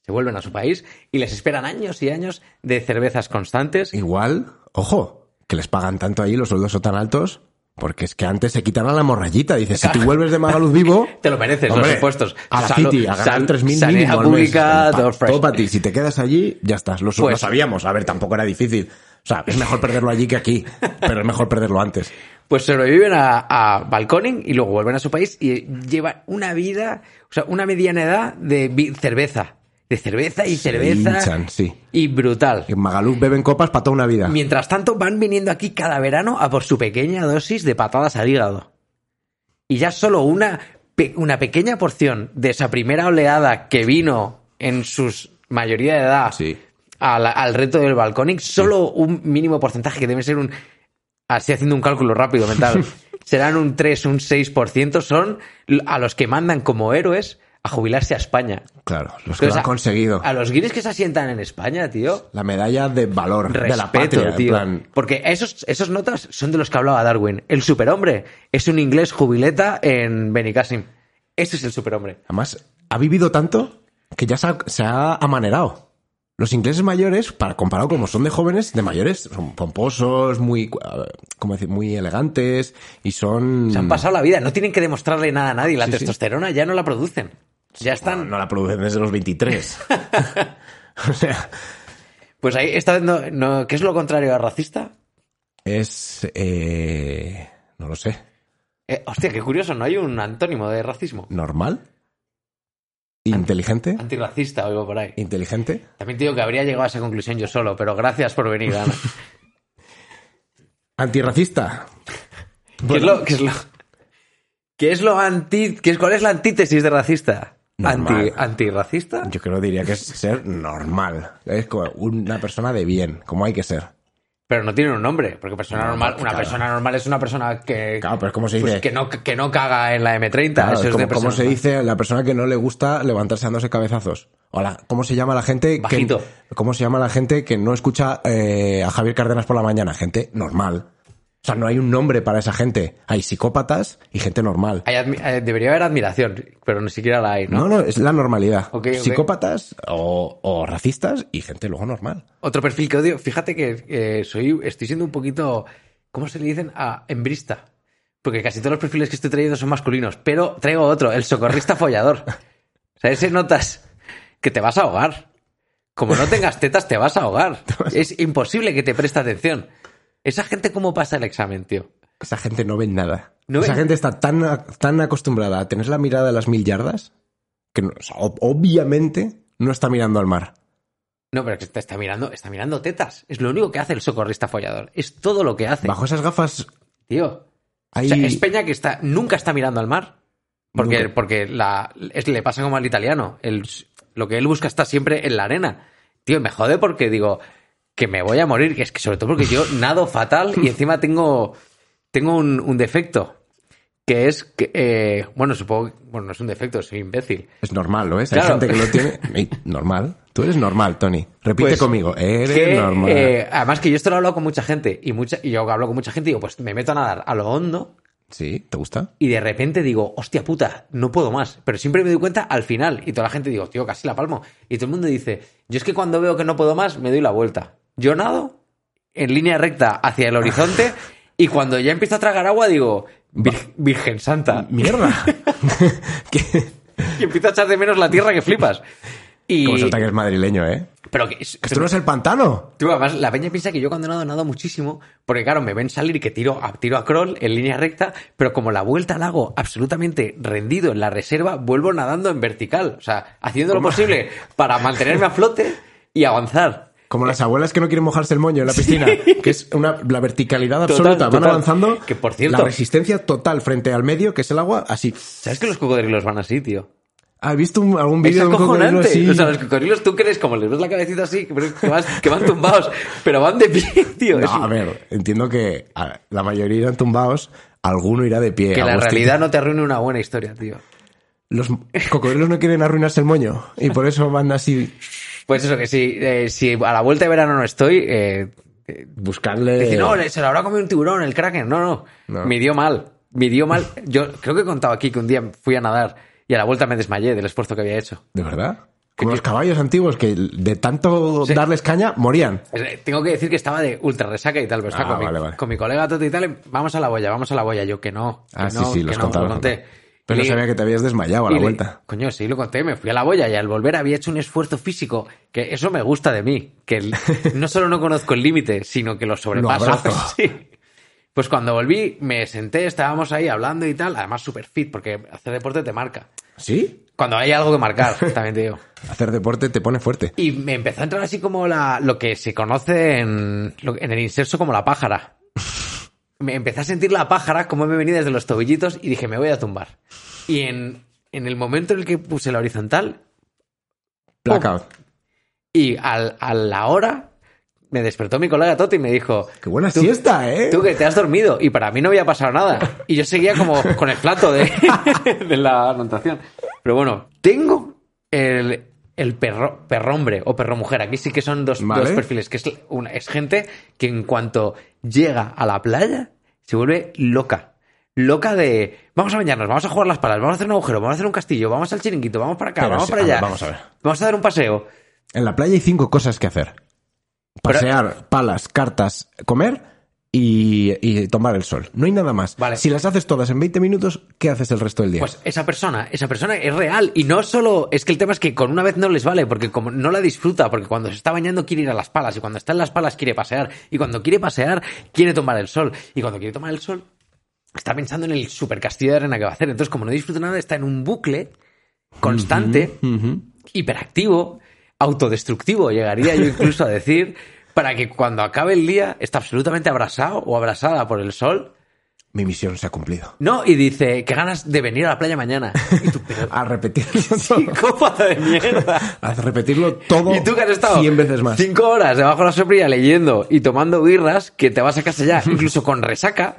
S2: se vuelven a su país y les esperan años y años de cervezas constantes.
S1: Igual, ojo, que les pagan tanto ahí los sueldos son tan altos, porque es que antes se quitaban la morrayita. Dices, si tú vuelves de Magaluz vivo.
S2: Te lo mereces, los
S1: hombre,
S2: impuestos.
S1: A la
S2: Salud-
S1: City, a ganar
S2: sal-
S1: 3.000
S2: sanidad
S1: mínimo al mes.
S2: pública,
S1: Pa-
S2: todo fresh.
S1: todo para ti. Si te quedas allí, ya estás. Lo, su-
S2: Pues-
S1: lo sabíamos. A ver, tampoco era difícil. O sea, es mejor perderlo allí que aquí, pero es mejor perderlo antes.
S2: Pues sobreviven a, a balconing y luego vuelven a su país y llevan una vida, o sea, una mediana edad de vi- cerveza. De cerveza y cerveza.
S1: hinchan, sí.
S2: Y brutal.
S1: En Magaluf beben copas para toda una vida.
S2: Mientras tanto, van viniendo aquí cada verano a por su pequeña dosis de patadas al hígado. Y ya solo una, pe- una pequeña porción de esa primera oleada que vino en sus mayoría de edad
S1: Sí.
S2: a la- al reto del balconic, solo un mínimo porcentaje, que debe ser un. Así haciendo un cálculo rápido mental. serán un 3, un 6%, son l- a los que mandan como héroes a jubilarse a España.
S1: Claro, los que lo
S2: Entonces,
S1: han
S2: a-
S1: conseguido.
S2: A los guiris que se asientan en España, tío
S1: La medalla de valor de la
S2: respeto,
S1: patria. en
S2: tío.
S1: plan,
S2: Porque esos, esos notas son de los que hablaba Darwin. El superhombre es un inglés jubileta en Benicassim. Ese es el superhombre.
S1: Además, ha vivido tanto que ya se ha, se ha amanerado. Los ingleses mayores, para comparado como son de jóvenes, de mayores, son pomposos, muy, eh, ¿cómo decir? muy elegantes y son...
S2: Se han pasado la vida, no tienen que demostrarle nada a nadie. La
S1: Mm. Sí, sí.
S2: testosterona ya no la producen.
S1: Ah, No,
S2: Ya están.
S1: no la producen desde los 23. o sea,
S2: Pues ahí esta vez no, no- ¿Qué es lo contrario a racista?
S1: Es. eh, no lo sé.
S2: Eh, hostia, qué curioso, no hay un antónimo de racismo.
S1: ¿Normal? ¿Inteligente?
S2: Antirracista, oigo por ahí.
S1: ¿Inteligente?
S2: También te digo que habría llegado a esa conclusión yo solo, pero gracias por venir, Ana.
S1: ¿Antirracista?
S2: ¿Qué es lo, qué es lo, qué es lo anti, qué es, ¿Cuál es la antítesis de racista?
S1: Normal.
S2: Anti, ¿Antirracista?
S1: Yo creo diría que es ser normal. Es como una persona de bien, como hay que ser.
S2: Pero no tiene un nombre, porque persona
S1: No,
S2: normal,
S1: porque
S2: una
S1: claro.
S2: persona normal es una persona que,
S1: Claro, pero es como se
S2: pues,
S1: dice.
S2: que, no, que no caga en la M30.
S1: Claro,
S2: eso es
S1: como,
S2: de persona
S1: como se
S2: normal.
S1: dice la persona que no le gusta levantarse dándose cabezazos. O la- ¿Cómo se llama la gente
S2: Bajito.
S1: que cómo se llama la gente que no escucha eh, a Javier Cárdenas por la mañana? Gente normal. O sea, no hay un nombre para esa gente. Hay psicópatas y gente normal.
S2: Hay admi- eh, debería haber admiración, pero ni siquiera la hay, ¿no?
S1: No, no, es la normalidad.
S2: Ok, ok.
S1: Psicópatas o, o racistas y gente luego normal.
S2: Otro perfil que odio, fíjate que eh, soy, estoy siendo un poquito, ¿cómo se le dicen? A embrista. Porque casi todos los perfiles que estoy trayendo son masculinos, pero traigo otro, el socorrista follador. O sea, ese notas que te vas a ahogar. Como no tengas tetas, te vas a ahogar. Es imposible que te preste atención. Esa gente, ¿cómo pasa el examen, tío?
S1: Esa gente no ve nada.
S2: No
S1: Esa
S2: ve-
S1: gente está tan, a- tan acostumbrada a tener la mirada a las mil yardas que no- o sea, ob- obviamente no está mirando al mar.
S2: No, pero que te está mirando, está mirando tetas. Es lo único que hace el socorrista follador. Es todo lo que hace,
S1: Bajo esas gafas
S2: tío.
S1: hay...
S2: O sea, es Peña que está, nunca está mirando al mar. Porque,
S1: Nunca.
S2: porque la, es- le pasa como al italiano. El- lo que él busca está siempre en la arena. Tío, me jode porque digo que me voy a morir. que Es que sobre todo porque yo nado fatal y encima tengo, tengo un, un defecto. Que es que, eh, bueno, supongo, bueno, no es un defecto, soy imbécil.
S1: Es normal, ¿lo ves?
S2: Claro.
S1: Hay gente que lo tiene. Ey, Normal. Tú eres normal, Tony. Repite
S2: Pues,
S1: conmigo. Eres
S2: que,
S1: normal.
S2: eh, además que yo esto lo he hablado con mucha gente y, mucha, y yo hablo con mucha gente y digo, pues me meto a nadar a lo hondo
S1: Sí, ¿te gusta?
S2: y de repente digo, hostia puta, no puedo más. Pero siempre me doy cuenta al final. Y toda la gente digo, tío, casi la palmo. Y todo el mundo dice, yo es que cuando veo que no puedo más, me doy la vuelta. Yo nado en línea recta hacia el horizonte y cuando ya empiezo a tragar agua digo, "Vir- Virgen Santa.
S1: ¡Mierda! Que-
S2: Y empiezo a echar de menos la tierra que flipas. Y,
S1: Como suelta que es madrileño, ¿eh?
S2: pero que,
S1: Que esto no es el pantano.
S2: Tú, además, la peña piensa que yo cuando nado, nado muchísimo, porque claro, me ven salir que tiro a, tiro a crawl en línea recta, pero como la vuelta al hago absolutamente rendido en la reserva, vuelvo nadando en vertical, o sea, haciendo lo posible para mantenerme a flote y avanzar.
S1: Como las abuelas que no quieren mojarse el moño en la piscina. Que es una, la verticalidad
S2: Total,
S1: absoluta. Van
S2: total.
S1: avanzando.
S2: Que, por cierto-
S1: La resistencia total frente al medio, que es el agua, así.
S2: ¿Sabes que los cocodrilos van así, tío?
S1: ¿Has visto un- algún
S2: Es
S1: vídeo de un
S2: acojonante.
S1: cocodrilo así?
S2: O sea, los cocodrilos tú crees como les ves la cabecita así, que, que vas- que van tumbados, pero van de pie, tío.
S1: No,
S2: Es un-
S1: a ver, entiendo que a- la mayoría irán tumbados, alguno irá de pie.
S2: que la
S1: Agustín.
S2: realidad no te arruine una buena historia, tío.
S1: Los cocodrilos no quieren arruinarse el moño y por eso van así
S2: Pues eso, que si, eh, si a la vuelta de verano no estoy, eh, eh,
S1: buscarle.
S2: Dice, no, le- se lo habrá comido un tiburón, el kraken. No, no,
S1: No.
S2: Me dio mal. Me dio mal. Yo creo que he contado aquí que un día fui a nadar y a la vuelta me desmayé del esfuerzo que había hecho.
S1: ¿De verdad? Como los caballos antiguos que de tanto darles caña morían.
S2: Eh, Tengo que decir que estaba de ultra resaca y tal, pero estaba
S1: Ah,
S2: con, mi,
S1: vale, vale.
S2: con mi colega Toto y tal. Vamos a la boya, vamos a la boya. Yo que no. que
S1: Ah, sí,
S2: no,
S1: sí, los
S2: que no,
S1: contaba,
S2: lo
S1: los
S2: conté.
S1: contaba. Pero no
S2: Y-
S1: sabía que te habías desmayado a la
S2: y le-
S1: vuelta.
S2: Coño, sí, lo conté, me fui a la boya y al volver había hecho un esfuerzo físico, que eso me gusta de mí, que el- no solo no conozco el límite, sino que lo sobrepaso.
S1: abrazo.
S2: Sí. Pues cuando volví, me senté, estábamos ahí hablando y tal, además super fit, porque hacer deporte te marca.
S1: ¿Sí?
S2: Cuando hay algo que marcar, también te digo.
S1: Hacer deporte te pone fuerte.
S2: Y me empezó a entrar así como la, lo que se conoce en, lo- en el inserso como la pájara. Me empecé a sentir la pájara como me venía desde los tobillitos y dije, me voy a tumbar. Y en, en el momento en el que puse la horizontal
S1: Blackout.
S2: y al- a la hora me despertó mi colega Toti y me dijo,
S1: ¡Qué buena
S2: Tú-
S1: siesta, eh!
S2: tú que te has dormido y para mí no había pasado nada. Y yo seguía como con el plato de, de la anotación. Pero bueno, tengo el, el perro, perrombre o perro mujer. Aquí sí que son dos,
S1: Vale.
S2: dos perfiles, que es, una, es gente que en cuanto llega a la playa se vuelve loca. Loca de vamos a bañarnos, vamos a jugar las palas, vamos a hacer un agujero, vamos a hacer un castillo, vamos al chiringuito, vamos para acá,
S1: Pero
S2: vamos
S1: sí,
S2: para
S1: a ver,
S2: allá.
S1: vamos a ver.
S2: Vamos a dar un paseo.
S1: En la playa hay cinco cosas que hacer.
S2: Pero-
S1: Pasear, palas, cartas, comer y, y tomar el sol. No hay nada más.
S2: Vale.
S1: Si las haces todas en 20 minutos, ¿qué haces el resto del día?
S2: Pues esa persona, esa persona es real. Y no solo. Es que el tema es que con una vez no les vale, porque como no la disfruta, porque cuando se está bañando quiere ir a las palas, y cuando está en las palas quiere pasear, y cuando quiere pasear quiere tomar el sol, y cuando quiere tomar el sol está pensando en el super castillo de arena que va a hacer. Entonces, como no disfruta nada, está en un bucle constante,
S1: Ujú.
S2: hiperactivo, autodestructivo, llegaría yo incluso a decir, para que cuando acabe el día está absolutamente abrasado o abrasada por el sol.
S1: Mi misión se ha cumplido.
S2: No, y dice, qué ganas de venir a la playa mañana. Y tú, pero
S1: A repetirlo todo.
S2: psicópata de mierda.
S1: A repetirlo todo
S2: Y tú que has estado
S1: 100 veces más.
S2: cinco horas debajo de la sombrilla leyendo y tomando birras que te vas a casa ya, incluso con resaca,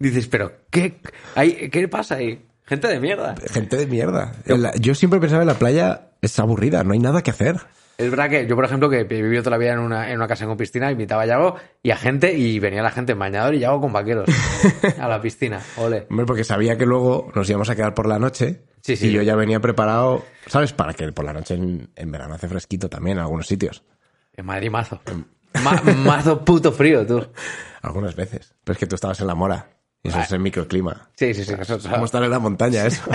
S2: dices, pero ¿qué, hay, ¿qué pasa ahí? Gente de mierda.
S1: Gente de mierda. En la- yo siempre pensaba en la playa es aburrida, no hay nada que hacer.
S2: Es verdad que yo, por ejemplo, que he vivido toda la vida en una, en una casa con piscina, invitaba a Yago y a gente y venía la gente en bañador y Yago con vaqueros a la piscina. Ole.
S1: Hombre, porque sabía que luego nos íbamos a quedar por la noche.
S2: Sí, sí.
S1: Y yo ya venía preparado, ¿sabes? Para que por la noche en, en verano hace fresquito también en algunos sitios.
S2: En Madrid mazo. Ma- mazo puto frío, tú.
S1: Algunas veces. Pero es que tú estabas en la mora. Y eso
S2: Vale.
S1: es el microclima.
S2: Sí, sí, sí. nosotros-
S1: Como estar en la montaña, eso.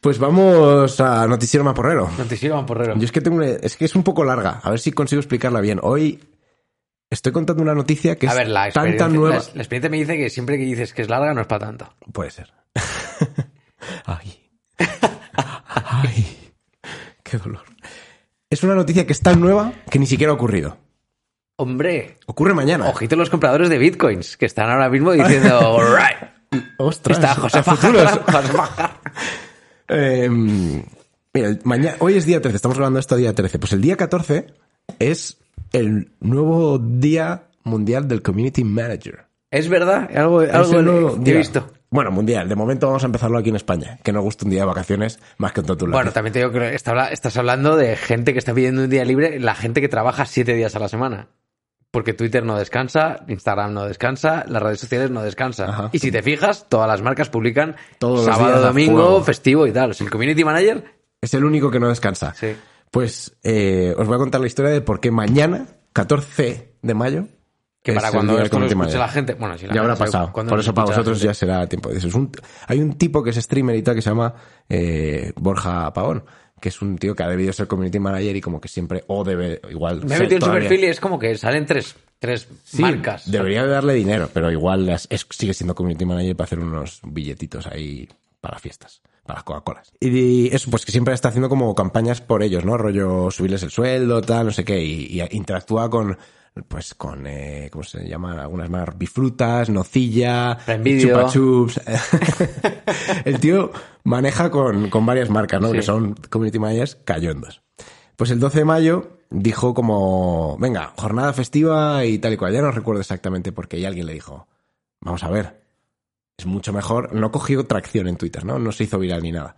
S1: pues vamos a Noticiero Maporrero.
S2: No te sirvan porrero.
S1: Yo es que tengo una- es que es un poco larga. A ver si consigo explicarla bien. Hoy estoy contando una noticia que
S2: A
S1: es
S2: ver, la
S1: tan
S2: experiencia,
S1: tan nueva.
S2: la- la experiencia me dice que siempre que dices que es larga no es para tanto.
S1: Puede ser. Ay. Ay. Qué dolor. Es una noticia que es tan nueva que ni siquiera ha ocurrido.
S2: Hombre,
S1: Ocurre mañana.
S2: ojito los compradores de bitcoins que están ahora mismo diciendo, "All right,
S1: Ostras.
S2: está José
S1: a futuros.
S2: Fajardo, José Fajardo".
S1: Eh, mira, el- maña- hoy es día 13, estamos grabando esto día 13. Pues el día 14 es el nuevo día mundial del Community Manager.
S2: Es verdad, algo,
S1: Es el nuevo
S2: algo que eh, he
S1: día.
S2: visto.
S1: Bueno, mundial. De momento vamos a empezarlo aquí en España, que no gusta un día de vacaciones más que un tonto un
S2: Bueno,
S1: lápiz.
S2: también te digo que está habla- estás hablando de gente que está pidiendo un día libre, la gente que trabaja siete días a la semana. Porque Twitter no descansa, Instagram no descansa, las redes sociales no descansan.
S1: Ajá.
S2: Y si te fijas, todas las marcas publican
S1: Todos los
S2: sábado,
S1: días a
S2: domingo,
S1: fuego.
S2: festivo y tal. O sea, el community manager,
S1: Es el único que no descansa.
S2: sí.
S1: Pues eh, os voy a contar la historia de por qué mañana, 14 de mayo,
S2: Que
S1: es
S2: para
S1: el
S2: cuando
S1: Este día del
S2: esto lo
S1: Community
S2: escuche la
S1: Manager.
S2: gente. Bueno, si la
S1: Ya habrá
S2: gente sabe
S1: pasado.
S2: cuándo
S1: Por
S2: lo
S1: eso para
S2: escucha la
S1: vosotros
S2: gente.
S1: ya será tiempo. de eso. Es un- hay un tipo que es streamer y tal que se llama eh, Borja Pavón, que es un tío que ha debido ser community manager y como que siempre, o debe, igual.
S2: Me he
S1: ser
S2: metido en su
S1: todavía.
S2: perfil y es como que salen tres, tres
S1: Sí,
S2: marcas.
S1: Debería de darle dinero, pero igual las- es- sigue siendo community manager para hacer unos billetitos ahí para fiestas, para las Coca-Colas. Y di- eso, pues que siempre está haciendo como campañas por ellos, ¿no? Rollo subirles el sueldo, tal, no sé qué, y, y interactúa con, pues con, eh, ¿cómo se llaman? Algunas más bifrutas, nocilla,
S2: Prime Video.
S1: chupa chups. el tío maneja con, con varias marcas, ¿no?
S2: Sí.
S1: Que son community managers cayondos. Pues el 12 de mayo dijo como, venga, jornada festiva y tal y cual. Ya no recuerdo exactamente porque y alguien le dijo, vamos a ver, es mucho mejor. No cogió tracción en Twitter, ¿no? No se hizo viral ni nada.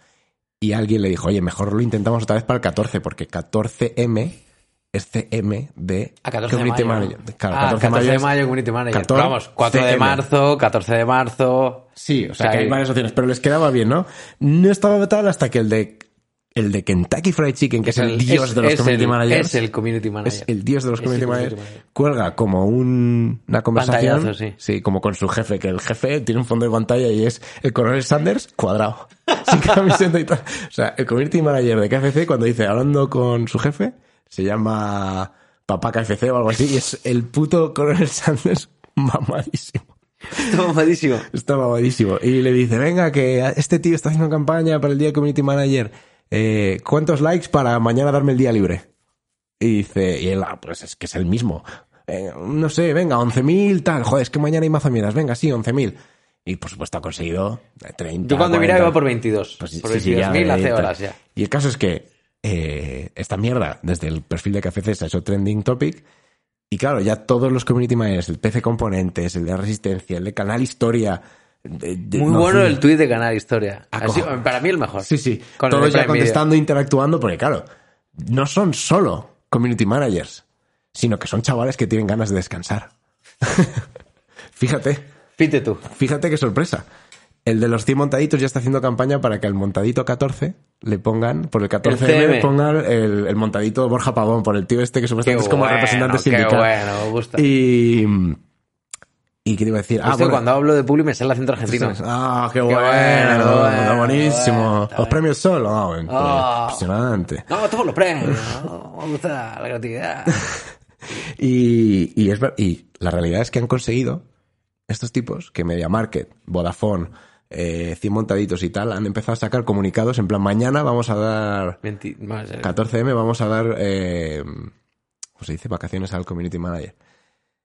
S1: Y alguien le dijo, oye, mejor lo intentamos otra vez para el 14 porque 14M es CM de
S2: A 14 de
S1: Community
S2: mayo.
S1: Manager. Claro,
S2: Ah,
S1: 14 de mayo es-
S2: Community Manager.
S1: 14
S2: Pero vamos, 4 de
S1: CM.
S2: marzo, 14 de marzo.
S1: Sí, o sea, que
S2: hay-
S1: hay varias opciones, pero les quedaba bien, ¿no? No estaba tal hasta que el de el de Kentucky Fried Chicken, que es el, dios
S2: es-
S1: de los
S2: es
S1: community
S2: el-
S1: managers,
S2: Es el community manager.
S1: es el dios de los
S2: Es
S1: community
S2: el
S1: managers,
S2: manager.
S1: cuelga como un- una conversación,
S2: Pantallazo, sí.
S1: como con su jefe, que el jefe tiene un fondo de pantalla y es el coronel Sanders cuadrado, sin camiseta y tal. O sea, el community manager de KFC cuando dice hablando con su jefe se llama papá KFC o algo así y es el puto coronel Sanders mamadísimo.
S2: Está mamadísimo.
S1: Está mamadísimo. Y le dice, venga, que este tío está haciendo campaña para el día de Community Manager. Eh, ¿Cuántos likes para mañana darme el día libre? Y dice, y él, ah, pues es que es el mismo. Eh, no sé, venga, 11.000 tal. Joder, es que mañana hay mazo mierdas. Venga, sí, 11.000. Y por supuesto ha conseguido eh, 30.
S2: Yo cuando
S1: 40.
S2: miraba iba por 22.
S1: Pues sí,
S2: por
S1: sí, sí, ya
S2: 22.000
S1: de-
S2: hace
S1: tal.
S2: horas ya.
S1: Y el caso es que eh, esta mierda, desde el perfil de KFC se ha hecho trending topic. Y claro, ya todos los community managers, el PC Componentes, el de Resistencia, el de Canal Historia. de- de-
S2: Muy
S1: no,
S2: bueno
S1: sí.
S2: el tuit de Canal Historia.
S1: Ah,
S2: Así,
S1: cojones.
S2: para mí el mejor.
S1: Sí, sí.
S2: Con el
S1: todos ya
S2: Prime Video.
S1: contestando, interactuando, porque claro, no son solo community managers, sino que son chavales que tienen ganas de descansar. Fíjate.
S2: Fíjate tú.
S1: Fíjate qué sorpresa. El de los 100 montaditos ya está haciendo campaña para que al montadito 14 le pongan, por el 14
S2: CM.
S1: le pongan el, el montadito Borja Pavón, por el tío este que
S2: Qué
S1: supuestamente es como
S2: bueno,
S1: representante
S2: qué
S1: sindical.
S2: bueno, me gusta.
S1: Y. ¿Y qué te iba a decir?
S2: Justo
S1: Ah, bueno,
S2: cuando hablo de Publi me sale el acento argentino.
S1: Ah, qué,
S2: bueno,
S1: bueno,
S2: bueno,
S1: buenísimo.
S2: bueno,
S1: los
S2: está bien.
S1: premios solo, ah, bueno,
S2: Ah.
S1: impresionante.
S2: No, todos los premios. ¿no? Me gusta la creatividad.
S1: Y, y, es, ver- y la realidad es que han conseguido estos tipos que Media Market, Vodafone, eh, 100 montaditos y tal, han empezado a sacar comunicados en plan, mañana vamos a dar
S2: Menti- más, eh,
S1: 14M, vamos a dar, eh, ¿cómo se dice? Vacaciones al community manager.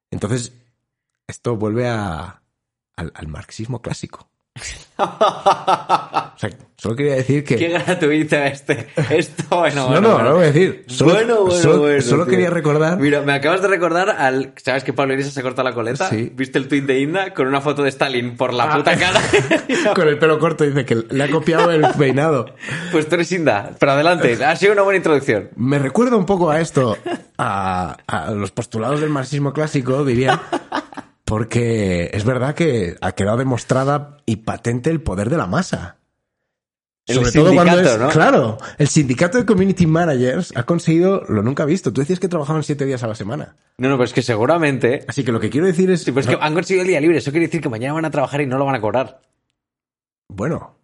S1: Entonces, esto vuelve a, al, al marxismo clásico. O sea, solo quería decir que...
S2: Qué gratuito este. Esto, bueno,
S1: No,
S2: bueno,
S1: no, no
S2: bueno.
S1: lo voy a decir. Solo,
S2: bueno, bueno,
S1: solo-
S2: bueno,
S1: solo
S2: tío.
S1: quería recordar.
S2: Mira, me acabas de recordar al. ¿Sabes que Pablo Iglesias se corta la coleta?
S1: Sí.
S2: ¿Viste el tuit de Inda con una foto de Stalin por la
S1: Ah.
S2: puta cara?
S1: Con el pelo corto dice que le ha copiado el peinado.
S2: pues tú eres Inda. Pero adelante, ha sido una buena introducción.
S1: Me recuerda un poco a esto, a, a los postulados del marxismo clásico, diría, porque es verdad que ha quedado demostrada y patente el poder de la masa.
S2: El sindicato, ¿no?
S1: Claro, el sindicato de community managers ha conseguido lo nunca visto. Tú decías que trabajaban siete días a la semana.
S2: No, no, pero es que seguramente.
S1: Así que lo que quiero decir es...
S2: Sí, pero es que han conseguido el día libre. Eso quiere decir que mañana van a trabajar y no lo van a cobrar.
S1: Bueno,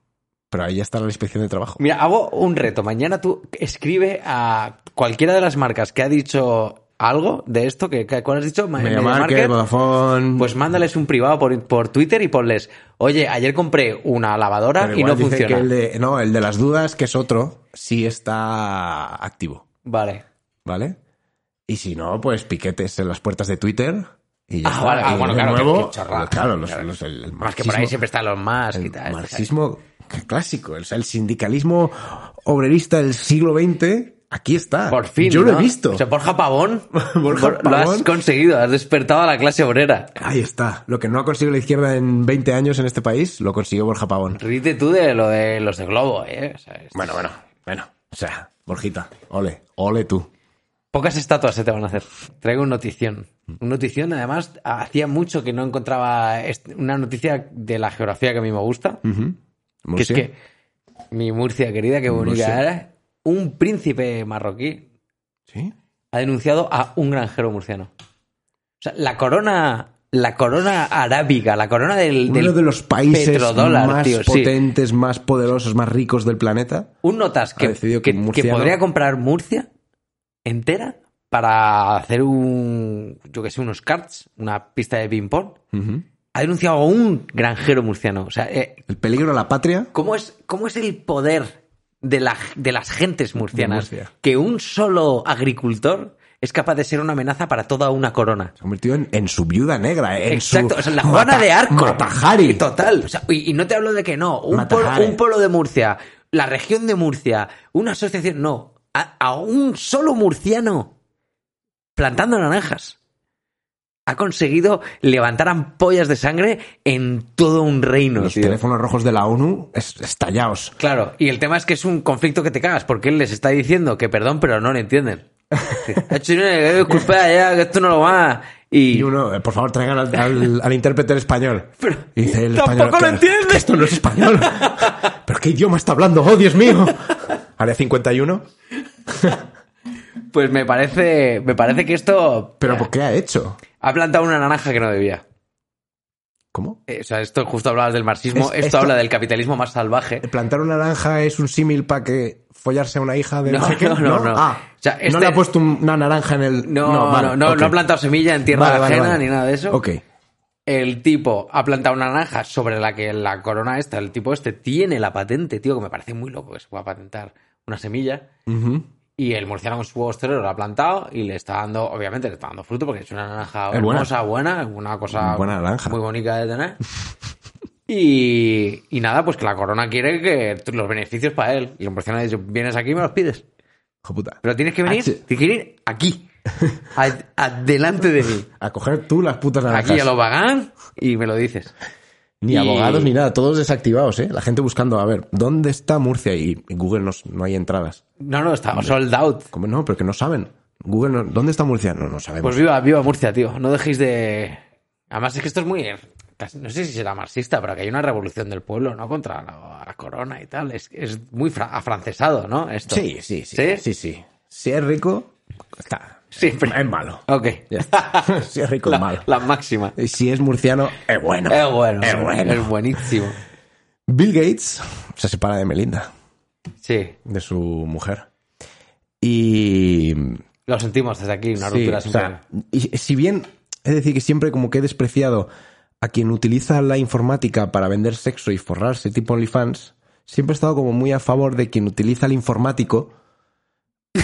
S1: pero ahí ya está la inspección de trabajo.
S2: Mira, hago un reto. Mañana tú escribe a cualquiera de las marcas que ha dicho algo de esto. Que, que- ¿Cuál has dicho? Ma-
S1: MediaMarket,
S2: MediaMarket.
S1: Vodafone.
S2: Pues mándales un privado por, por Twitter y ponles, oye, ayer compré una lavadora
S1: Pero
S2: y no
S1: igual dice
S2: funciona.
S1: que el de, no, el de las dudas, que es otro, sí está activo,
S2: Vale.
S1: ¿vale? Y si no, pues piquetes en las puertas de Twitter y ya
S2: Ah,
S1: está.
S2: vale. Ah,
S1: Y
S2: bueno,
S1: de
S2: claro,
S1: nuevo,
S2: qué- qué chorrada.
S1: claro, los-
S2: Claro.
S1: los- el, el marxismo,
S2: Más que por ahí ¿eh? siempre están los más y
S1: el
S2: tal.
S1: marxismo clásico, o sea, el sindicalismo obrerista del siglo XX, aquí está.
S2: Por fin.
S1: Yo lo
S2: ¿no?
S1: he visto.
S2: O sea, Borja Pavón.
S1: Borja
S2: Bor- Lo has
S1: Pavón.
S2: conseguido, has despertado a la clase obrera.
S1: Ahí está. Lo que no ha conseguido la izquierda en 20 años en este país, lo consiguió Borja Pavón.
S2: Ríete tú de lo de los de Globo, ¿eh? O sea, es-
S1: Bueno, bueno, bueno. O sea, Borjita, ole, ole tú.
S2: Pocas estatuas se te van a hacer. Traigo un notición.
S1: Mm.
S2: Un notición, además, hacía mucho que no encontraba est- una noticia de la geografía que a mí me gusta. Que es
S1: Murcia.
S2: que mi Murcia querida, qué bonita
S1: Murcia.
S2: era, un príncipe marroquí
S1: ¿Sí?
S2: ha denunciado a un granjero murciano. O sea, la corona, la corona arábiga, la corona del,
S1: Uno
S2: del
S1: de los países
S2: petrodólar,
S1: más
S2: tío, sí.
S1: potentes, más poderosos, más ricos del planeta.
S2: Un notas que,
S1: decidido
S2: que-
S1: que
S2: que
S1: murciano-
S2: podría comprar Murcia entera para hacer un, yo que sé, unos carts, una pista de ping-pong. Ha denunciado a un granjero murciano. O sea, eh,
S1: El peligro a la patria.
S2: ¿Cómo es, cómo es el poder de, la- de las gentes murcianas?
S1: De Murcia.
S2: Que un solo agricultor es capaz de ser una amenaza para toda una corona.
S1: Se ha convertido en, en su viuda negra, en su
S2: Exacto, o sea, la Juana
S1: Mata-
S2: de Arco.
S1: Matajari.
S2: Total. o sea, y, y no te hablo de que no, un
S1: Matajari.
S2: pueblo, un pueblo de Murcia, la región de Murcia, una asociación, no, a, a un solo murciano plantando naranjas. Ha conseguido levantar ampollas de sangre en todo un reino.
S1: Los
S2: tío.
S1: teléfonos rojos de la ONU es- estallados.
S2: Claro, y el tema es que es un conflicto que te cagas, porque él les está diciendo que perdón, pero no lo entienden. Ha hecho una eh, disculpa ya, que esto no lo va. Y,
S1: Y uno, eh, por favor, traigan al, al- al intérprete del español.
S2: Pero
S1: Y dice el
S2: tampoco
S1: español,
S2: lo
S1: "Que-
S2: entiende".
S1: que Esto no es español. ¿Pero qué idioma está hablando? ¡Oh, Dios mío! Área 51.
S2: pues me parece, me parece que esto
S1: ¿Pero por qué ha hecho?
S2: ha plantado una naranja que no debía.
S1: ¿Cómo?
S2: Eh, o sea, esto justo hablabas del marxismo,
S1: Es-
S2: esto,
S1: esto-
S2: habla del capitalismo más salvaje.
S1: ¿Plantar una naranja es un símil para que follarse a una hija de
S2: No,
S1: sé qué?
S2: no, no, no.
S1: Ah,
S2: O sea, este-
S1: no le ha puesto un- una naranja en el...
S2: No, no,
S1: vale,
S2: no,
S1: ok.
S2: no ha plantado semilla en tierra
S1: Vale, vale,
S2: ajena
S1: vale.
S2: ni nada de eso.
S1: Ok.
S2: El tipo ha plantado una naranja sobre la que la corona esta, el tipo este, tiene la patente, tío, que me parece muy loco que se pueda patentar una semilla.
S1: Ujú.
S2: Y el murciano con su huevo estrero lo ha plantado y le está dando, obviamente le está dando fruto porque es una naranja
S1: Es buena.
S2: hermosa, buena, una cosa
S1: Buena naranja.
S2: muy bonita de tener. y, y nada, pues que la corona quiere que t- los beneficios para él. Y el murciano ha dicho, vienes aquí y me los pides.
S1: Hijo puta.
S2: Pero tienes que venir,
S1: Ah, sí.
S2: tienes que venir aquí, ad- adelante de mí.
S1: A coger tú las putas naranjas.
S2: Aquí a lo vagán y me lo dices.
S1: Ni
S2: y-
S1: abogados ni nada, todos desactivados, ¿eh? La gente buscando, a ver, ¿dónde está Murcia? Y en Google no, no hay entradas.
S2: No, no, está sold out.
S1: ¿Cómo no? Pero que no saben. Google, no- ¿dónde está Murcia? No, no
S2: Pues
S1: sabemos.
S2: viva, viva Murcia, tío. No dejéis de. Además, es que esto es muy. casi- no sé si será marxista, pero que hay una revolución del pueblo, ¿no? Contra la, la corona y tal. Es, es muy fra- afrancesado, ¿no? Esto.
S1: Sí, sí, sí,
S2: Pues, ¿Sí?
S1: sí. sí, Si es rico, está.
S2: Siempre.
S1: Es malo.
S2: Ok.
S1: Ya está. si es rico,
S2: La, Eh,
S1: es malo.
S2: la máxima.
S1: Y si es murciano, es bueno.
S2: Es bueno.
S1: Es bueno.
S2: Es buenísimo.
S1: Bill Gates se separa de Melinda,
S2: Sí.
S1: de su mujer. Y.
S2: Lo sentimos desde aquí, una
S1: sí,
S2: ruptura
S1: o
S2: siempre.
S1: sea, y si bien, es decir, que siempre como que he despreciado a quien utiliza la informática para vender sexo y forrarse, tipo OnlyFans, siempre he estado como muy a favor de quien utiliza al informático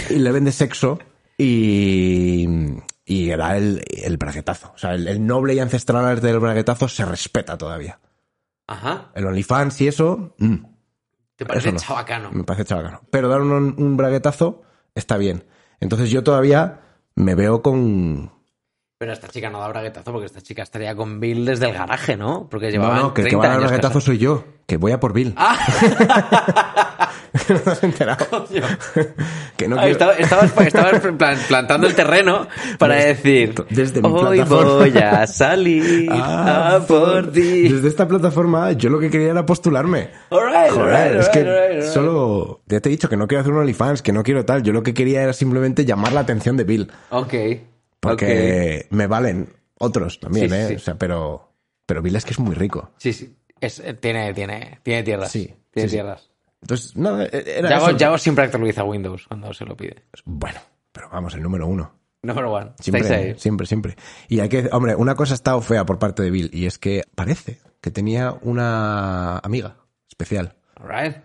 S1: y le vende sexo y. Y era el, el braguetazo. O sea, el, el noble y ancestral arte del braguetazo se respeta todavía.
S2: Ajá.
S1: El OnlyFans y eso. mm,
S2: Te parece
S1: Eso no. Mm.
S2: chabacano.
S1: Me parece chabacano. Pero dar un, un braguetazo está bien. Entonces yo todavía me veo con...
S2: Pero esta chica no da braguetazo porque esta chica estaría con Bill desde el garaje, ¿no? Porque
S1: No,
S2: llevaban
S1: no, que el que
S2: 30
S1: va a dar
S2: años
S1: braguetazo soy yo, que voy a por Bill.
S2: Ah.
S1: no te has enterado.
S2: casados. Coño.
S1: Que no
S2: Ah,
S1: quiero-
S2: estaba- Estabas, estabas plan- plantando el terreno para decir
S1: desde mi
S2: hoy
S1: plataforma".
S2: voy a salir
S1: Ah,
S2: a por ti.
S1: Desde esta plataforma yo lo que quería era postularme.
S2: All right, all
S1: Joder,
S2: right,
S1: es
S2: all
S1: que
S2: right, all right, all right.
S1: solo... Ya te he dicho que no quiero hacer un OnlyFans, que no quiero tal. Yo lo que quería era simplemente llamar la atención de Bill.
S2: Ok. ok.
S1: Porque me valen otros también,
S2: Sí, sí,
S1: ¿eh?
S2: sí.
S1: O sea, pero... Pero Bill es que es muy rico.
S2: Sí, sí. Es- eh, tiene, tiene, tiene tierras.
S1: Sí,
S2: Tiene
S1: sí, sí.
S2: tierras.
S1: Entonces, nada, e-, era
S2: Yago,
S1: eso.
S2: Yago siempre actualiza Windows cuando se lo pide.
S1: Bueno, pero vamos, el número uno.
S2: Number one. Estáis
S1: Siempre,
S2: ahí.
S1: siempre, siempre. Y hay que, hombre, una cosa ha estado fea por parte de Bill y es que parece que tenía una amiga especial.
S2: All right.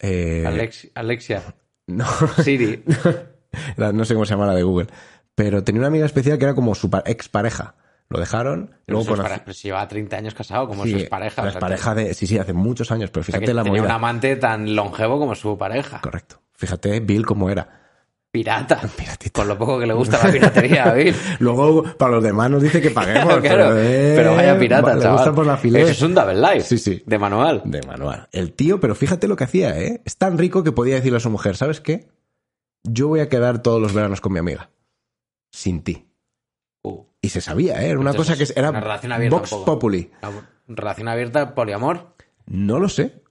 S1: Eh,
S2: Alex- Alexia.
S1: No,
S2: Siri.
S1: la- no sé cómo se llama la de Google. Pero tenía una amiga especial que era como su pa- expareja. Lo dejaron,
S2: Pero
S1: luego
S2: eso es
S1: conocí-
S2: para- pero si lleva 30 años casado, como
S1: sí,
S2: su expareja.
S1: la
S2: o sea,
S1: expareja de, sí, sí, hace muchos años, pero
S2: o sea,
S1: fíjate
S2: que
S1: la
S2: tenía
S1: movida.
S2: un amante tan longevo como su pareja.
S1: Correcto. Fíjate Bill cómo era.
S2: Pirata.
S1: Piratita.
S2: Por lo poco que le gusta la piratería a Bill.
S1: Luego, para los demás nos dice que paguemos.
S2: Claro, claro.
S1: Pero, eh,
S2: Pero vaya pirata,
S1: le
S2: chaval.
S1: gusta por la filé.
S2: Eso es un double life.
S1: Sí, sí.
S2: De manual.
S1: De manual. El tío, pero fíjate lo que hacía, ¿eh? Es tan rico que podía decirle a su mujer, ¿sabes qué? Yo voy a quedar todos los veranos con mi amiga. Sin ti.
S2: Uh,
S1: Y se sabía, ¿eh? Era una
S2: Entonces,
S1: cosa que era
S2: una relación abierta
S1: Vox
S2: un poco.
S1: Populi.
S2: una relación abierta, poliamor.
S1: No lo sé.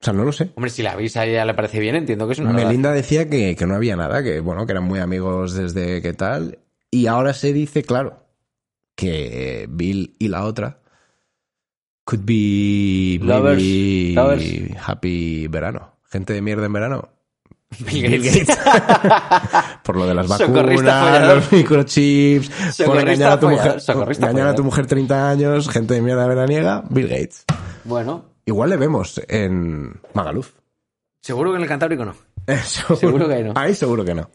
S1: O sea, no lo sé.
S2: Hombre, si la avisa a ella le parece bien, entiendo que es una relación.
S1: Melinda decía que, que no había nada, que bueno, que eran muy amigos desde que tal. Y ahora se dice, claro, que Bill y la otra could be
S2: Lovers,
S1: maybe
S2: lovers.
S1: happy verano. Gente de mierda en verano.
S2: Bill Gates.
S1: Por lo de las
S2: Socorrista
S1: vacunas,
S2: follador.
S1: los microchips, por
S2: Socorrista
S1: engañar a tu
S2: follador,
S1: mujer,
S2: socorrista
S1: engañar a tu
S2: follador.
S1: mujer 30 años, gente de mierda veraniega, Bill Gates.
S2: Bueno,
S1: Igual le vemos en Magaluf.
S2: seguro que en el Cantábrico no.
S1: Seguro,
S2: que no.
S1: Ahí seguro que no.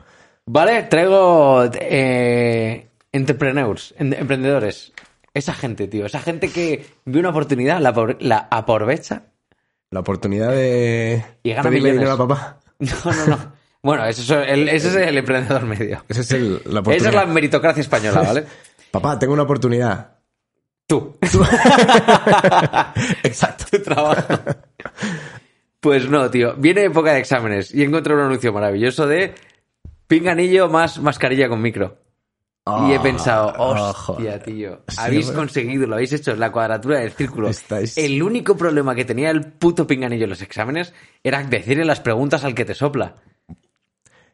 S2: Vale, traigo eh, entrepreneurs, en- emprendedores. Esa gente, tío. Esa gente que ve una oportunidad, la, apro- la aprovecha.
S1: La oportunidad de
S2: Y gana
S1: pedirle
S2: millones.
S1: dinero a papá.
S2: No, no, no. Bueno, eso es el, ese es el emprendedor medio.
S1: Esa es el- la
S2: Esa
S1: oportunidad.
S2: es la meritocracia española, ¿vale?
S1: Papá, tengo una oportunidad.
S2: Tú.
S1: Exacto.
S2: tu trabajo. Pues no, tío. Viene época de exámenes y encontré un anuncio maravilloso de pinganillo más mascarilla con micro. Y he
S1: Ah,
S2: pensado,
S1: ah,
S2: hostia,
S1: joder.
S2: tío.
S1: Sí,
S2: Habéis
S1: bueno.
S2: conseguido, lo habéis hecho, la cuadratura del círculo.
S1: Estáis-
S2: El único problema que tenía el puto pinganillo en los exámenes era decirle las preguntas al que te sopla.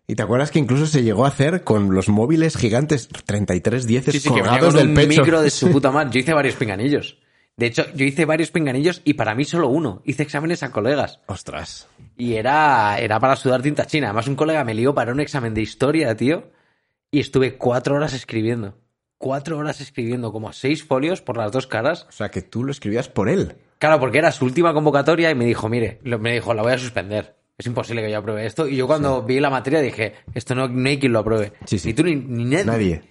S1: Y te acuerdas que incluso se llegó a hacer con los móviles gigantes 3310
S2: Sí, sí, que venía
S1: colgados
S2: con
S1: del
S2: un
S1: pecho.
S2: micro de su puta madre. Yo hice varios pinganillos. De hecho, yo hice varios pinganillos y para mí solo uno. Hice exámenes a colegas.
S1: Ostras.
S2: Y era, era para sudar tinta china. Además, un colega me lió para un examen de historia, tío. Y estuve cuatro horas escribiendo. Cuatro horas escribiendo, como seis folios por las dos caras.
S1: O sea, que tú lo escribías por él.
S2: Claro, porque era su última convocatoria y me dijo, mire, lo- me dijo, la voy a suspender. Es imposible que yo apruebe esto. Y yo cuando vi la materia dije, esto no, no hay quien lo apruebe.
S1: Sí, sí.
S2: Ni tú ni, ni nadie.
S1: Nadie.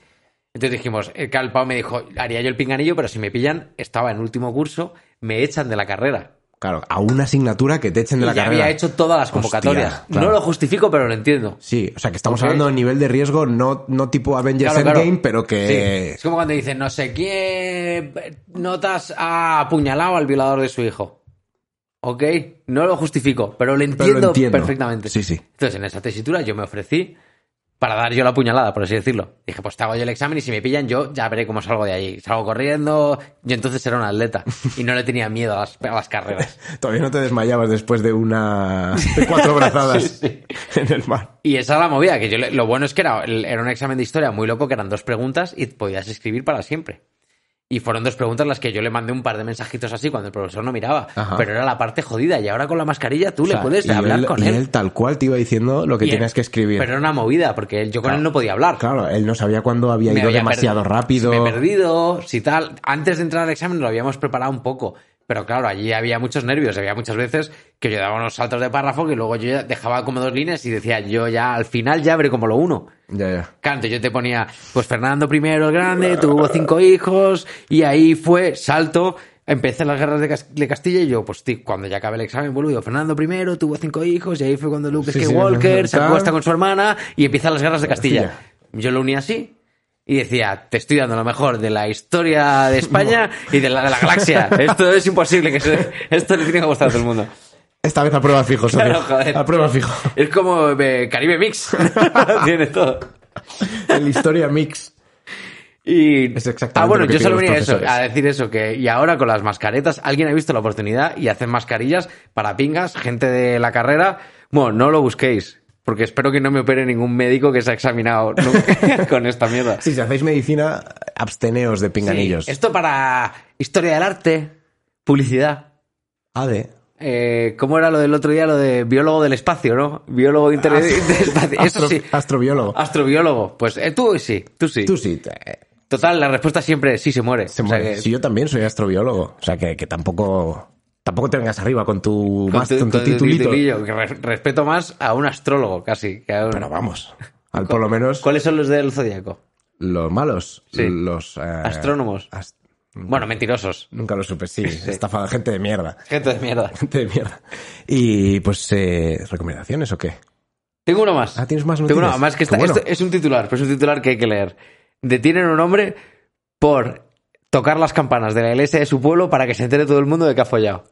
S2: Entonces dijimos, el Calpao me dijo, haría yo el pinganillo, pero si me pillan, estaba en último curso, me echan de la carrera.
S1: Claro, a una asignatura que te echen de
S2: Y
S1: la
S2: ya
S1: carrera.
S2: había hecho todas las convocatorias.
S1: Hostia, claro.
S2: No lo justifico, pero lo entiendo.
S1: Sí, o sea, que estamos
S2: Ok.
S1: hablando de nivel de riesgo no, no tipo Avengers
S2: Claro, claro.
S1: Endgame, pero
S2: Sí.
S1: que...
S2: Es como cuando dicen, no sé quién notas ha apuñalado al violador de su hijo. Ok, no lo justifico, pero lo entiendo,
S1: entiendo.
S2: perfectamente.
S1: Sí, sí.
S2: Entonces, en esa tesitura yo me ofrecí para dar yo la puñalada, por así decirlo. Dije, pues te hago yo el examen y si me pillan yo ya veré cómo salgo de ahí. Salgo corriendo. Yo entonces era un atleta y no le tenía miedo a las, a las carreras.
S1: Todavía no te desmayabas después de una... de cuatro brazadas en el mar.
S2: Y esa era la movida, que yo le- lo bueno es que era, era un examen de historia muy loco, que eran dos preguntas y podías escribir para siempre. Y fueron dos preguntas las que yo le mandé un par de mensajitos así cuando el profesor no miraba.
S1: Ajá.
S2: Pero era la parte jodida. Y ahora con la mascarilla tú
S1: O sea,
S2: le puedes
S1: y
S2: hablar
S1: él-
S2: con
S1: y
S2: él.
S1: tal cual te iba diciendo lo que
S2: Y él-
S1: tenías que escribir.
S2: Pero era una movida, porque él- yo con
S1: Claro.
S2: él no podía hablar.
S1: Claro, él no sabía cuándo había
S2: Me
S1: ido
S2: había
S1: demasiado
S2: perdido-
S1: rápido.
S2: Me he perdido, si tal. Antes de entrar al examen lo habíamos preparado un poco. Pero claro, allí había muchos nervios. Había muchas veces que yo daba unos saltos de párrafo que luego yo ya dejaba como dos líneas y decía, yo ya al final ya veré como lo uno.
S1: Ya, ya.
S2: Canto, yo te ponía, pues Fernando I el Grande, tuvo cinco hijos, y ahí fue, salto, empecé las guerras de, Cas- de Castilla, y yo, pues tí, cuando ya acabé el examen, vuelvo, y digo, Fernando I tuvo cinco hijos, y ahí fue cuando Luke
S1: Sí, sí,
S2: Skywalker se
S1: tal.
S2: acuesta con su hermana, y empiezan las guerras de Castilla.
S1: Castilla.
S2: Yo lo uní así, y decía, te estoy dando lo mejor de la historia de España y de la, de la galaxia. Esto es imposible, que se- esto le tiene que gustar a todo el mundo.
S1: Esta vez a prueba fijo, socio.
S2: Claro, joder.
S1: A prueba fijo.
S2: Es como eh, Caribe Mix, tiene todo.
S1: El historia mix.
S2: Y...
S1: Es exactamente
S2: Ah, bueno,
S1: lo que
S2: yo
S1: piden
S2: solo
S1: los
S2: venía a eso,
S1: profesores.
S2: a decir eso, que y ahora con las mascaretas, alguien ha visto la oportunidad y hacen mascarillas para pingas, gente de la carrera. Bueno, no lo busquéis, porque espero que no me opere ningún médico que se ha examinado nunca con esta mierda.
S1: Sí, si hacéis medicina, absteneos de pinganillos.
S2: Sí, esto para historia del arte, publicidad.
S1: AD.
S2: Eh, ¿Cómo era lo del otro día? Lo de biólogo del espacio, ¿no? Biólogo inter- interespacio. Eso
S1: Astro-
S2: sí.
S1: Astrobiólogo.
S2: Astrobiólogo. Pues eh, tú sí, tú sí.
S1: Tú sí. te-
S2: Total, la respuesta siempre es sí se muere.
S1: Se
S2: O sea
S1: muere.
S2: que-
S1: Sí, yo también soy astrobiólogo. O sea, que, que tampoco... Tampoco te vengas arriba con tu,
S2: Con
S1: más-
S2: tu-
S1: con tu
S2: con tu
S1: titulito.
S2: titulillo, que re- respeto más a un astrólogo casi. que a un-
S1: Pero vamos. Al, por lo menos
S2: ¿Cuáles son los del zodiaco?
S1: los malos.
S2: Sí.
S1: Los... eh,
S2: Astrónomos.
S1: ast-
S2: Bueno, mentirosos.
S1: Nunca lo supe, sí. Estafa, gente de mierda.
S2: Gente de mierda.
S1: Gente de mierda. Y pues, eh, ¿recomendaciones o qué?
S2: Tengo uno más.
S1: Ah, ¿tienes más
S2: Tengo uno
S1: noticias?
S2: más que
S1: Qué
S2: está,
S1: bueno.
S2: esto es un titular, pero es un titular que hay que leer. Detienen a un hombre por tocar las campanas de la iglesia de su pueblo para que se entere todo el mundo de que ha follado.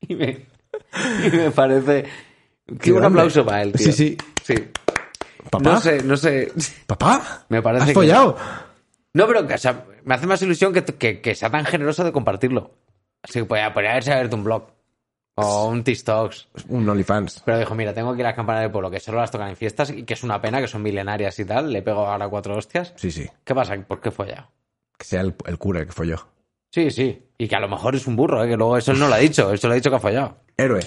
S2: y, me, y me parece... Quiero un
S1: grande.
S2: aplauso para él, tío.
S1: Sí, sí.
S2: Sí.
S1: ¿Papá?
S2: No sé, no sé...
S1: ¿Papá?
S2: Me parece
S1: ¿Has
S2: que-
S1: follado?
S2: No, pero o sea, me hace más ilusión que, que- que sea tan generoso de compartirlo. Así que podría, podría haberse abierto un blog o un TikToks.
S1: Un OnlyFans.
S2: Pero dijo, mira, tengo que ir a las campanas del pueblo, que solo las tocan en fiestas y que es una pena, que son milenarias y tal. Le pego ahora cuatro hostias.
S1: Sí, sí.
S2: ¿Qué pasa? ¿Por qué he follado?
S1: Que sea el, el cura el que folló.
S2: Sí, sí. Y que a lo mejor es un burro, ¿eh? que luego eso él no lo ha dicho. Eso lo ha dicho que ha fallado.
S1: Héroe.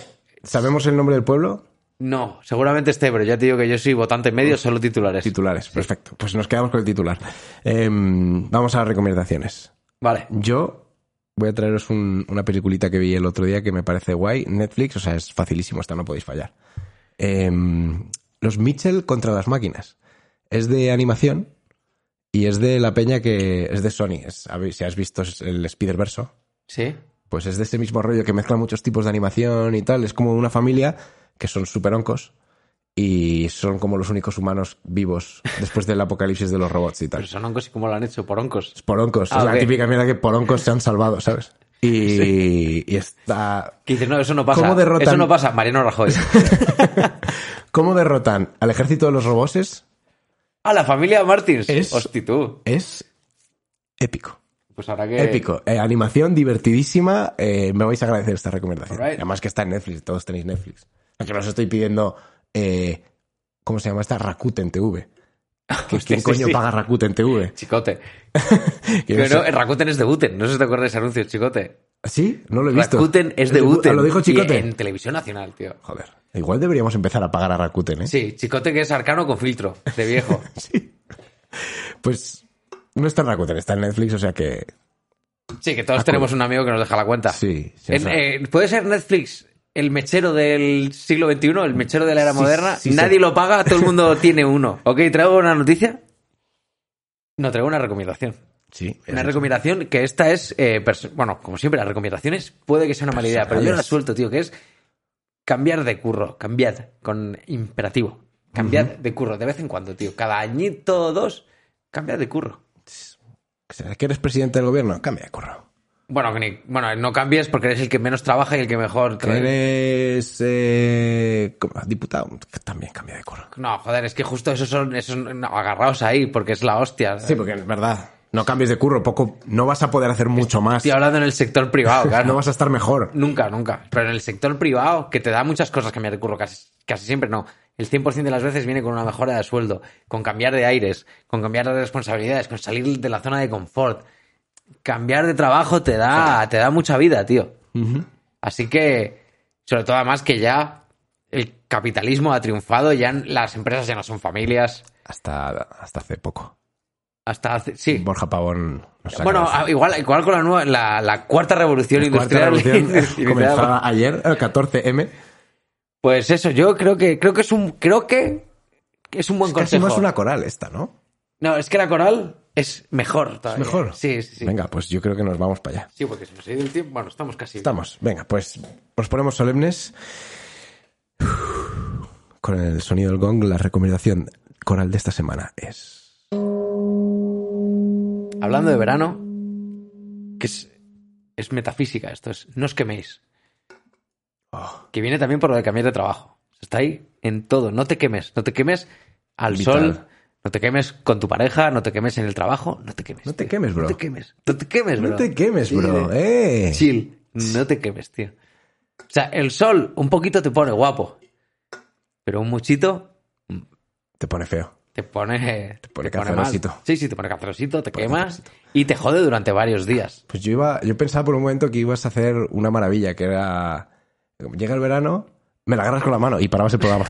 S1: ¿Sabemos el nombre del pueblo?
S2: No, seguramente esté, pero ya te digo que yo soy votante medio, solo titulares.
S1: Titulares. Perfecto. Pues nos quedamos con el titular. Em, vamos a las recomendaciones.
S2: Vale.
S1: Yo voy a traeros un- una peliculita que vi el otro día que me parece guay. Netflix, o sea, es facilísimo, esta no podéis fallar. Em, los Mitchell contra las máquinas. Es de animación y es de la peña que es de Sony. Es- a ver si has visto el Spider-Verse,
S2: Sí.
S1: pues es de ese mismo rollo que mezcla muchos tipos de animación y tal. Es como una familia que son super oncos y son como los únicos humanos vivos después del apocalipsis de los robots y tal.
S2: Pero son oncos y cómo lo han hecho, por oncos.
S1: Poroncos.
S2: Ah,
S1: es la
S2: ok.
S1: típica mierda que poroncos se han salvado, ¿sabes? Y, y está.
S2: Que dices, no, eso no pasa.
S1: ¿Cómo derrotan-
S2: Eso no pasa, Mariano Rajoy.
S1: ¿Cómo derrotan al ejército de los roboses?
S2: A Ah, la familia Martins.
S1: Es-
S2: Hosti, tú.
S1: Es épico.
S2: Pues ahora que.
S1: Épico. Eh, animación divertidísima. Eh, me vais a agradecer esta recomendación.
S2: Alright.
S1: Además que está en Netflix, todos tenéis Netflix. Aunque no os estoy pidiendo. eh, ¿Cómo se llama esta? Rakuten TV. ¿Qué-
S2: Hostia,
S1: ¿Quién
S2: sí,
S1: coño
S2: sí.
S1: paga Rakuten TV?
S2: Chicote.
S1: Que no
S2: Pero
S1: sé-
S2: Rakuten es de Uten. No sé si te acuerdas de ese anuncio, Chicote.
S1: ¿Sí? No lo he visto.
S2: Rakuten es de
S1: Ah,
S2: Uten.
S1: Lo dijo
S2: y
S1: Chicote.
S2: En televisión nacional, tío.
S1: Joder. Igual deberíamos empezar a pagar a Rakuten, ¿eh?
S2: Sí, Chicote que es arcano con filtro, de viejo.
S1: Pues no está en Rakuten, está en Netflix, o sea que
S2: Sí, que todos tenemos un amigo que nos deja la cuenta.
S1: Ah, pues. sí. sí, o
S2: En-
S1: sea,
S2: eh, ¿Puede ser Netflix el mechero del siglo XXI, el mechero de la era
S1: Sí,
S2: moderna?
S1: sí,
S2: Nadie
S1: sí.
S2: lo paga, todo el mundo tiene uno. Ok, traigo una noticia. No, traigo una recomendación.
S1: sí,
S2: Una
S1: es-
S2: recomendación que esta es, eh, pers- bueno, como siempre, las recomendaciones puede que sea una mala idea, pero yo la
S1: Personales.
S2: suelto, tío, que es cambiar de curro, cambiar con imperativo. Cambiar de curro de vez en cuando, tío. Cada añito o dos, cambiar de curro.
S1: ¿Que eres presidente del gobierno? Cambia de curro.
S2: Bueno, que ni- bueno, no cambies porque eres el que menos trabaja y el que mejor...
S1: Que
S2: tra-
S1: eres eh, ¿cómo? diputado, que también cambia de color.
S2: No, joder, es que justo esos son esos no, agarrados ahí porque es la hostia.
S1: Sí, porque es verdad. No cambies de curro, poco, no vas a poder hacer mucho más.
S2: Estoy hablando en el sector privado, claro.
S1: No vas a estar mejor.
S2: Nunca, nunca. Pero en el sector privado, que te da muchas cosas cambiar de curro, casi, casi siempre no. El 100% de las veces viene con una mejora de sueldo, con cambiar de aires, con cambiar de responsabilidades, con salir de la zona de confort. Cambiar de trabajo te da, te da mucha vida, tío. Así que, sobre todo además que ya el capitalismo ha triunfado, ya las empresas ya no son familias.
S1: Hasta, hasta hace poco.
S2: Hasta hace- sí.
S1: Borja Pavón nos
S2: Bueno,
S1: agradece.
S2: a- igual, igual con la, nueva, la, la cuarta revolución
S1: La cuarta
S2: industrial.
S1: revolución
S2: iniciada por-
S1: comenzaba ayer, el 14M.
S2: Pues eso, yo creo que creo que es un creo que es un buen
S1: Casi
S2: consejo.
S1: más una coral esta, ¿no?
S2: No, es que la coral es mejor todavía.
S1: mejor?
S2: Sí, sí, sí.
S1: Venga, pues yo creo que nos vamos para allá.
S2: Sí, porque se nos ha ido el tiempo. Bueno, estamos casi.
S1: Estamos, venga, pues nos ponemos solemnes con el sonido del gong. La recomendación coral de esta semana es...
S2: Hablando de verano, que es, es metafísica esto, es no os queméis.
S1: Oh,
S2: Que viene también por lo de cambiar de trabajo. Está ahí en todo. No te quemes. No te quemes al
S1: Vital.
S2: sol. No te quemes con tu pareja. No te quemes en el trabajo. No te quemes.
S1: No te
S2: tío.
S1: quemes, bro.
S2: Este, No te quemes. No te quemes, bro.
S1: no te quemes,
S2: Sí,
S1: bro.
S2: de-
S1: ¡Eh!
S2: Chill. No te quemes, tío. O sea, el sol un poquito te pone guapo. Pero un muchito
S1: Te pone feo.
S2: te pone. Te
S1: pone
S2: mal.
S1: cancerosito.
S2: Sí, sí, te pone cancerosito, te quemas y te jode durante varios días.
S1: Pues yo iba, yo pensaba por un momento que ibas a hacer una maravilla, que era llega el verano, me la agarras con la mano y parabas el programa.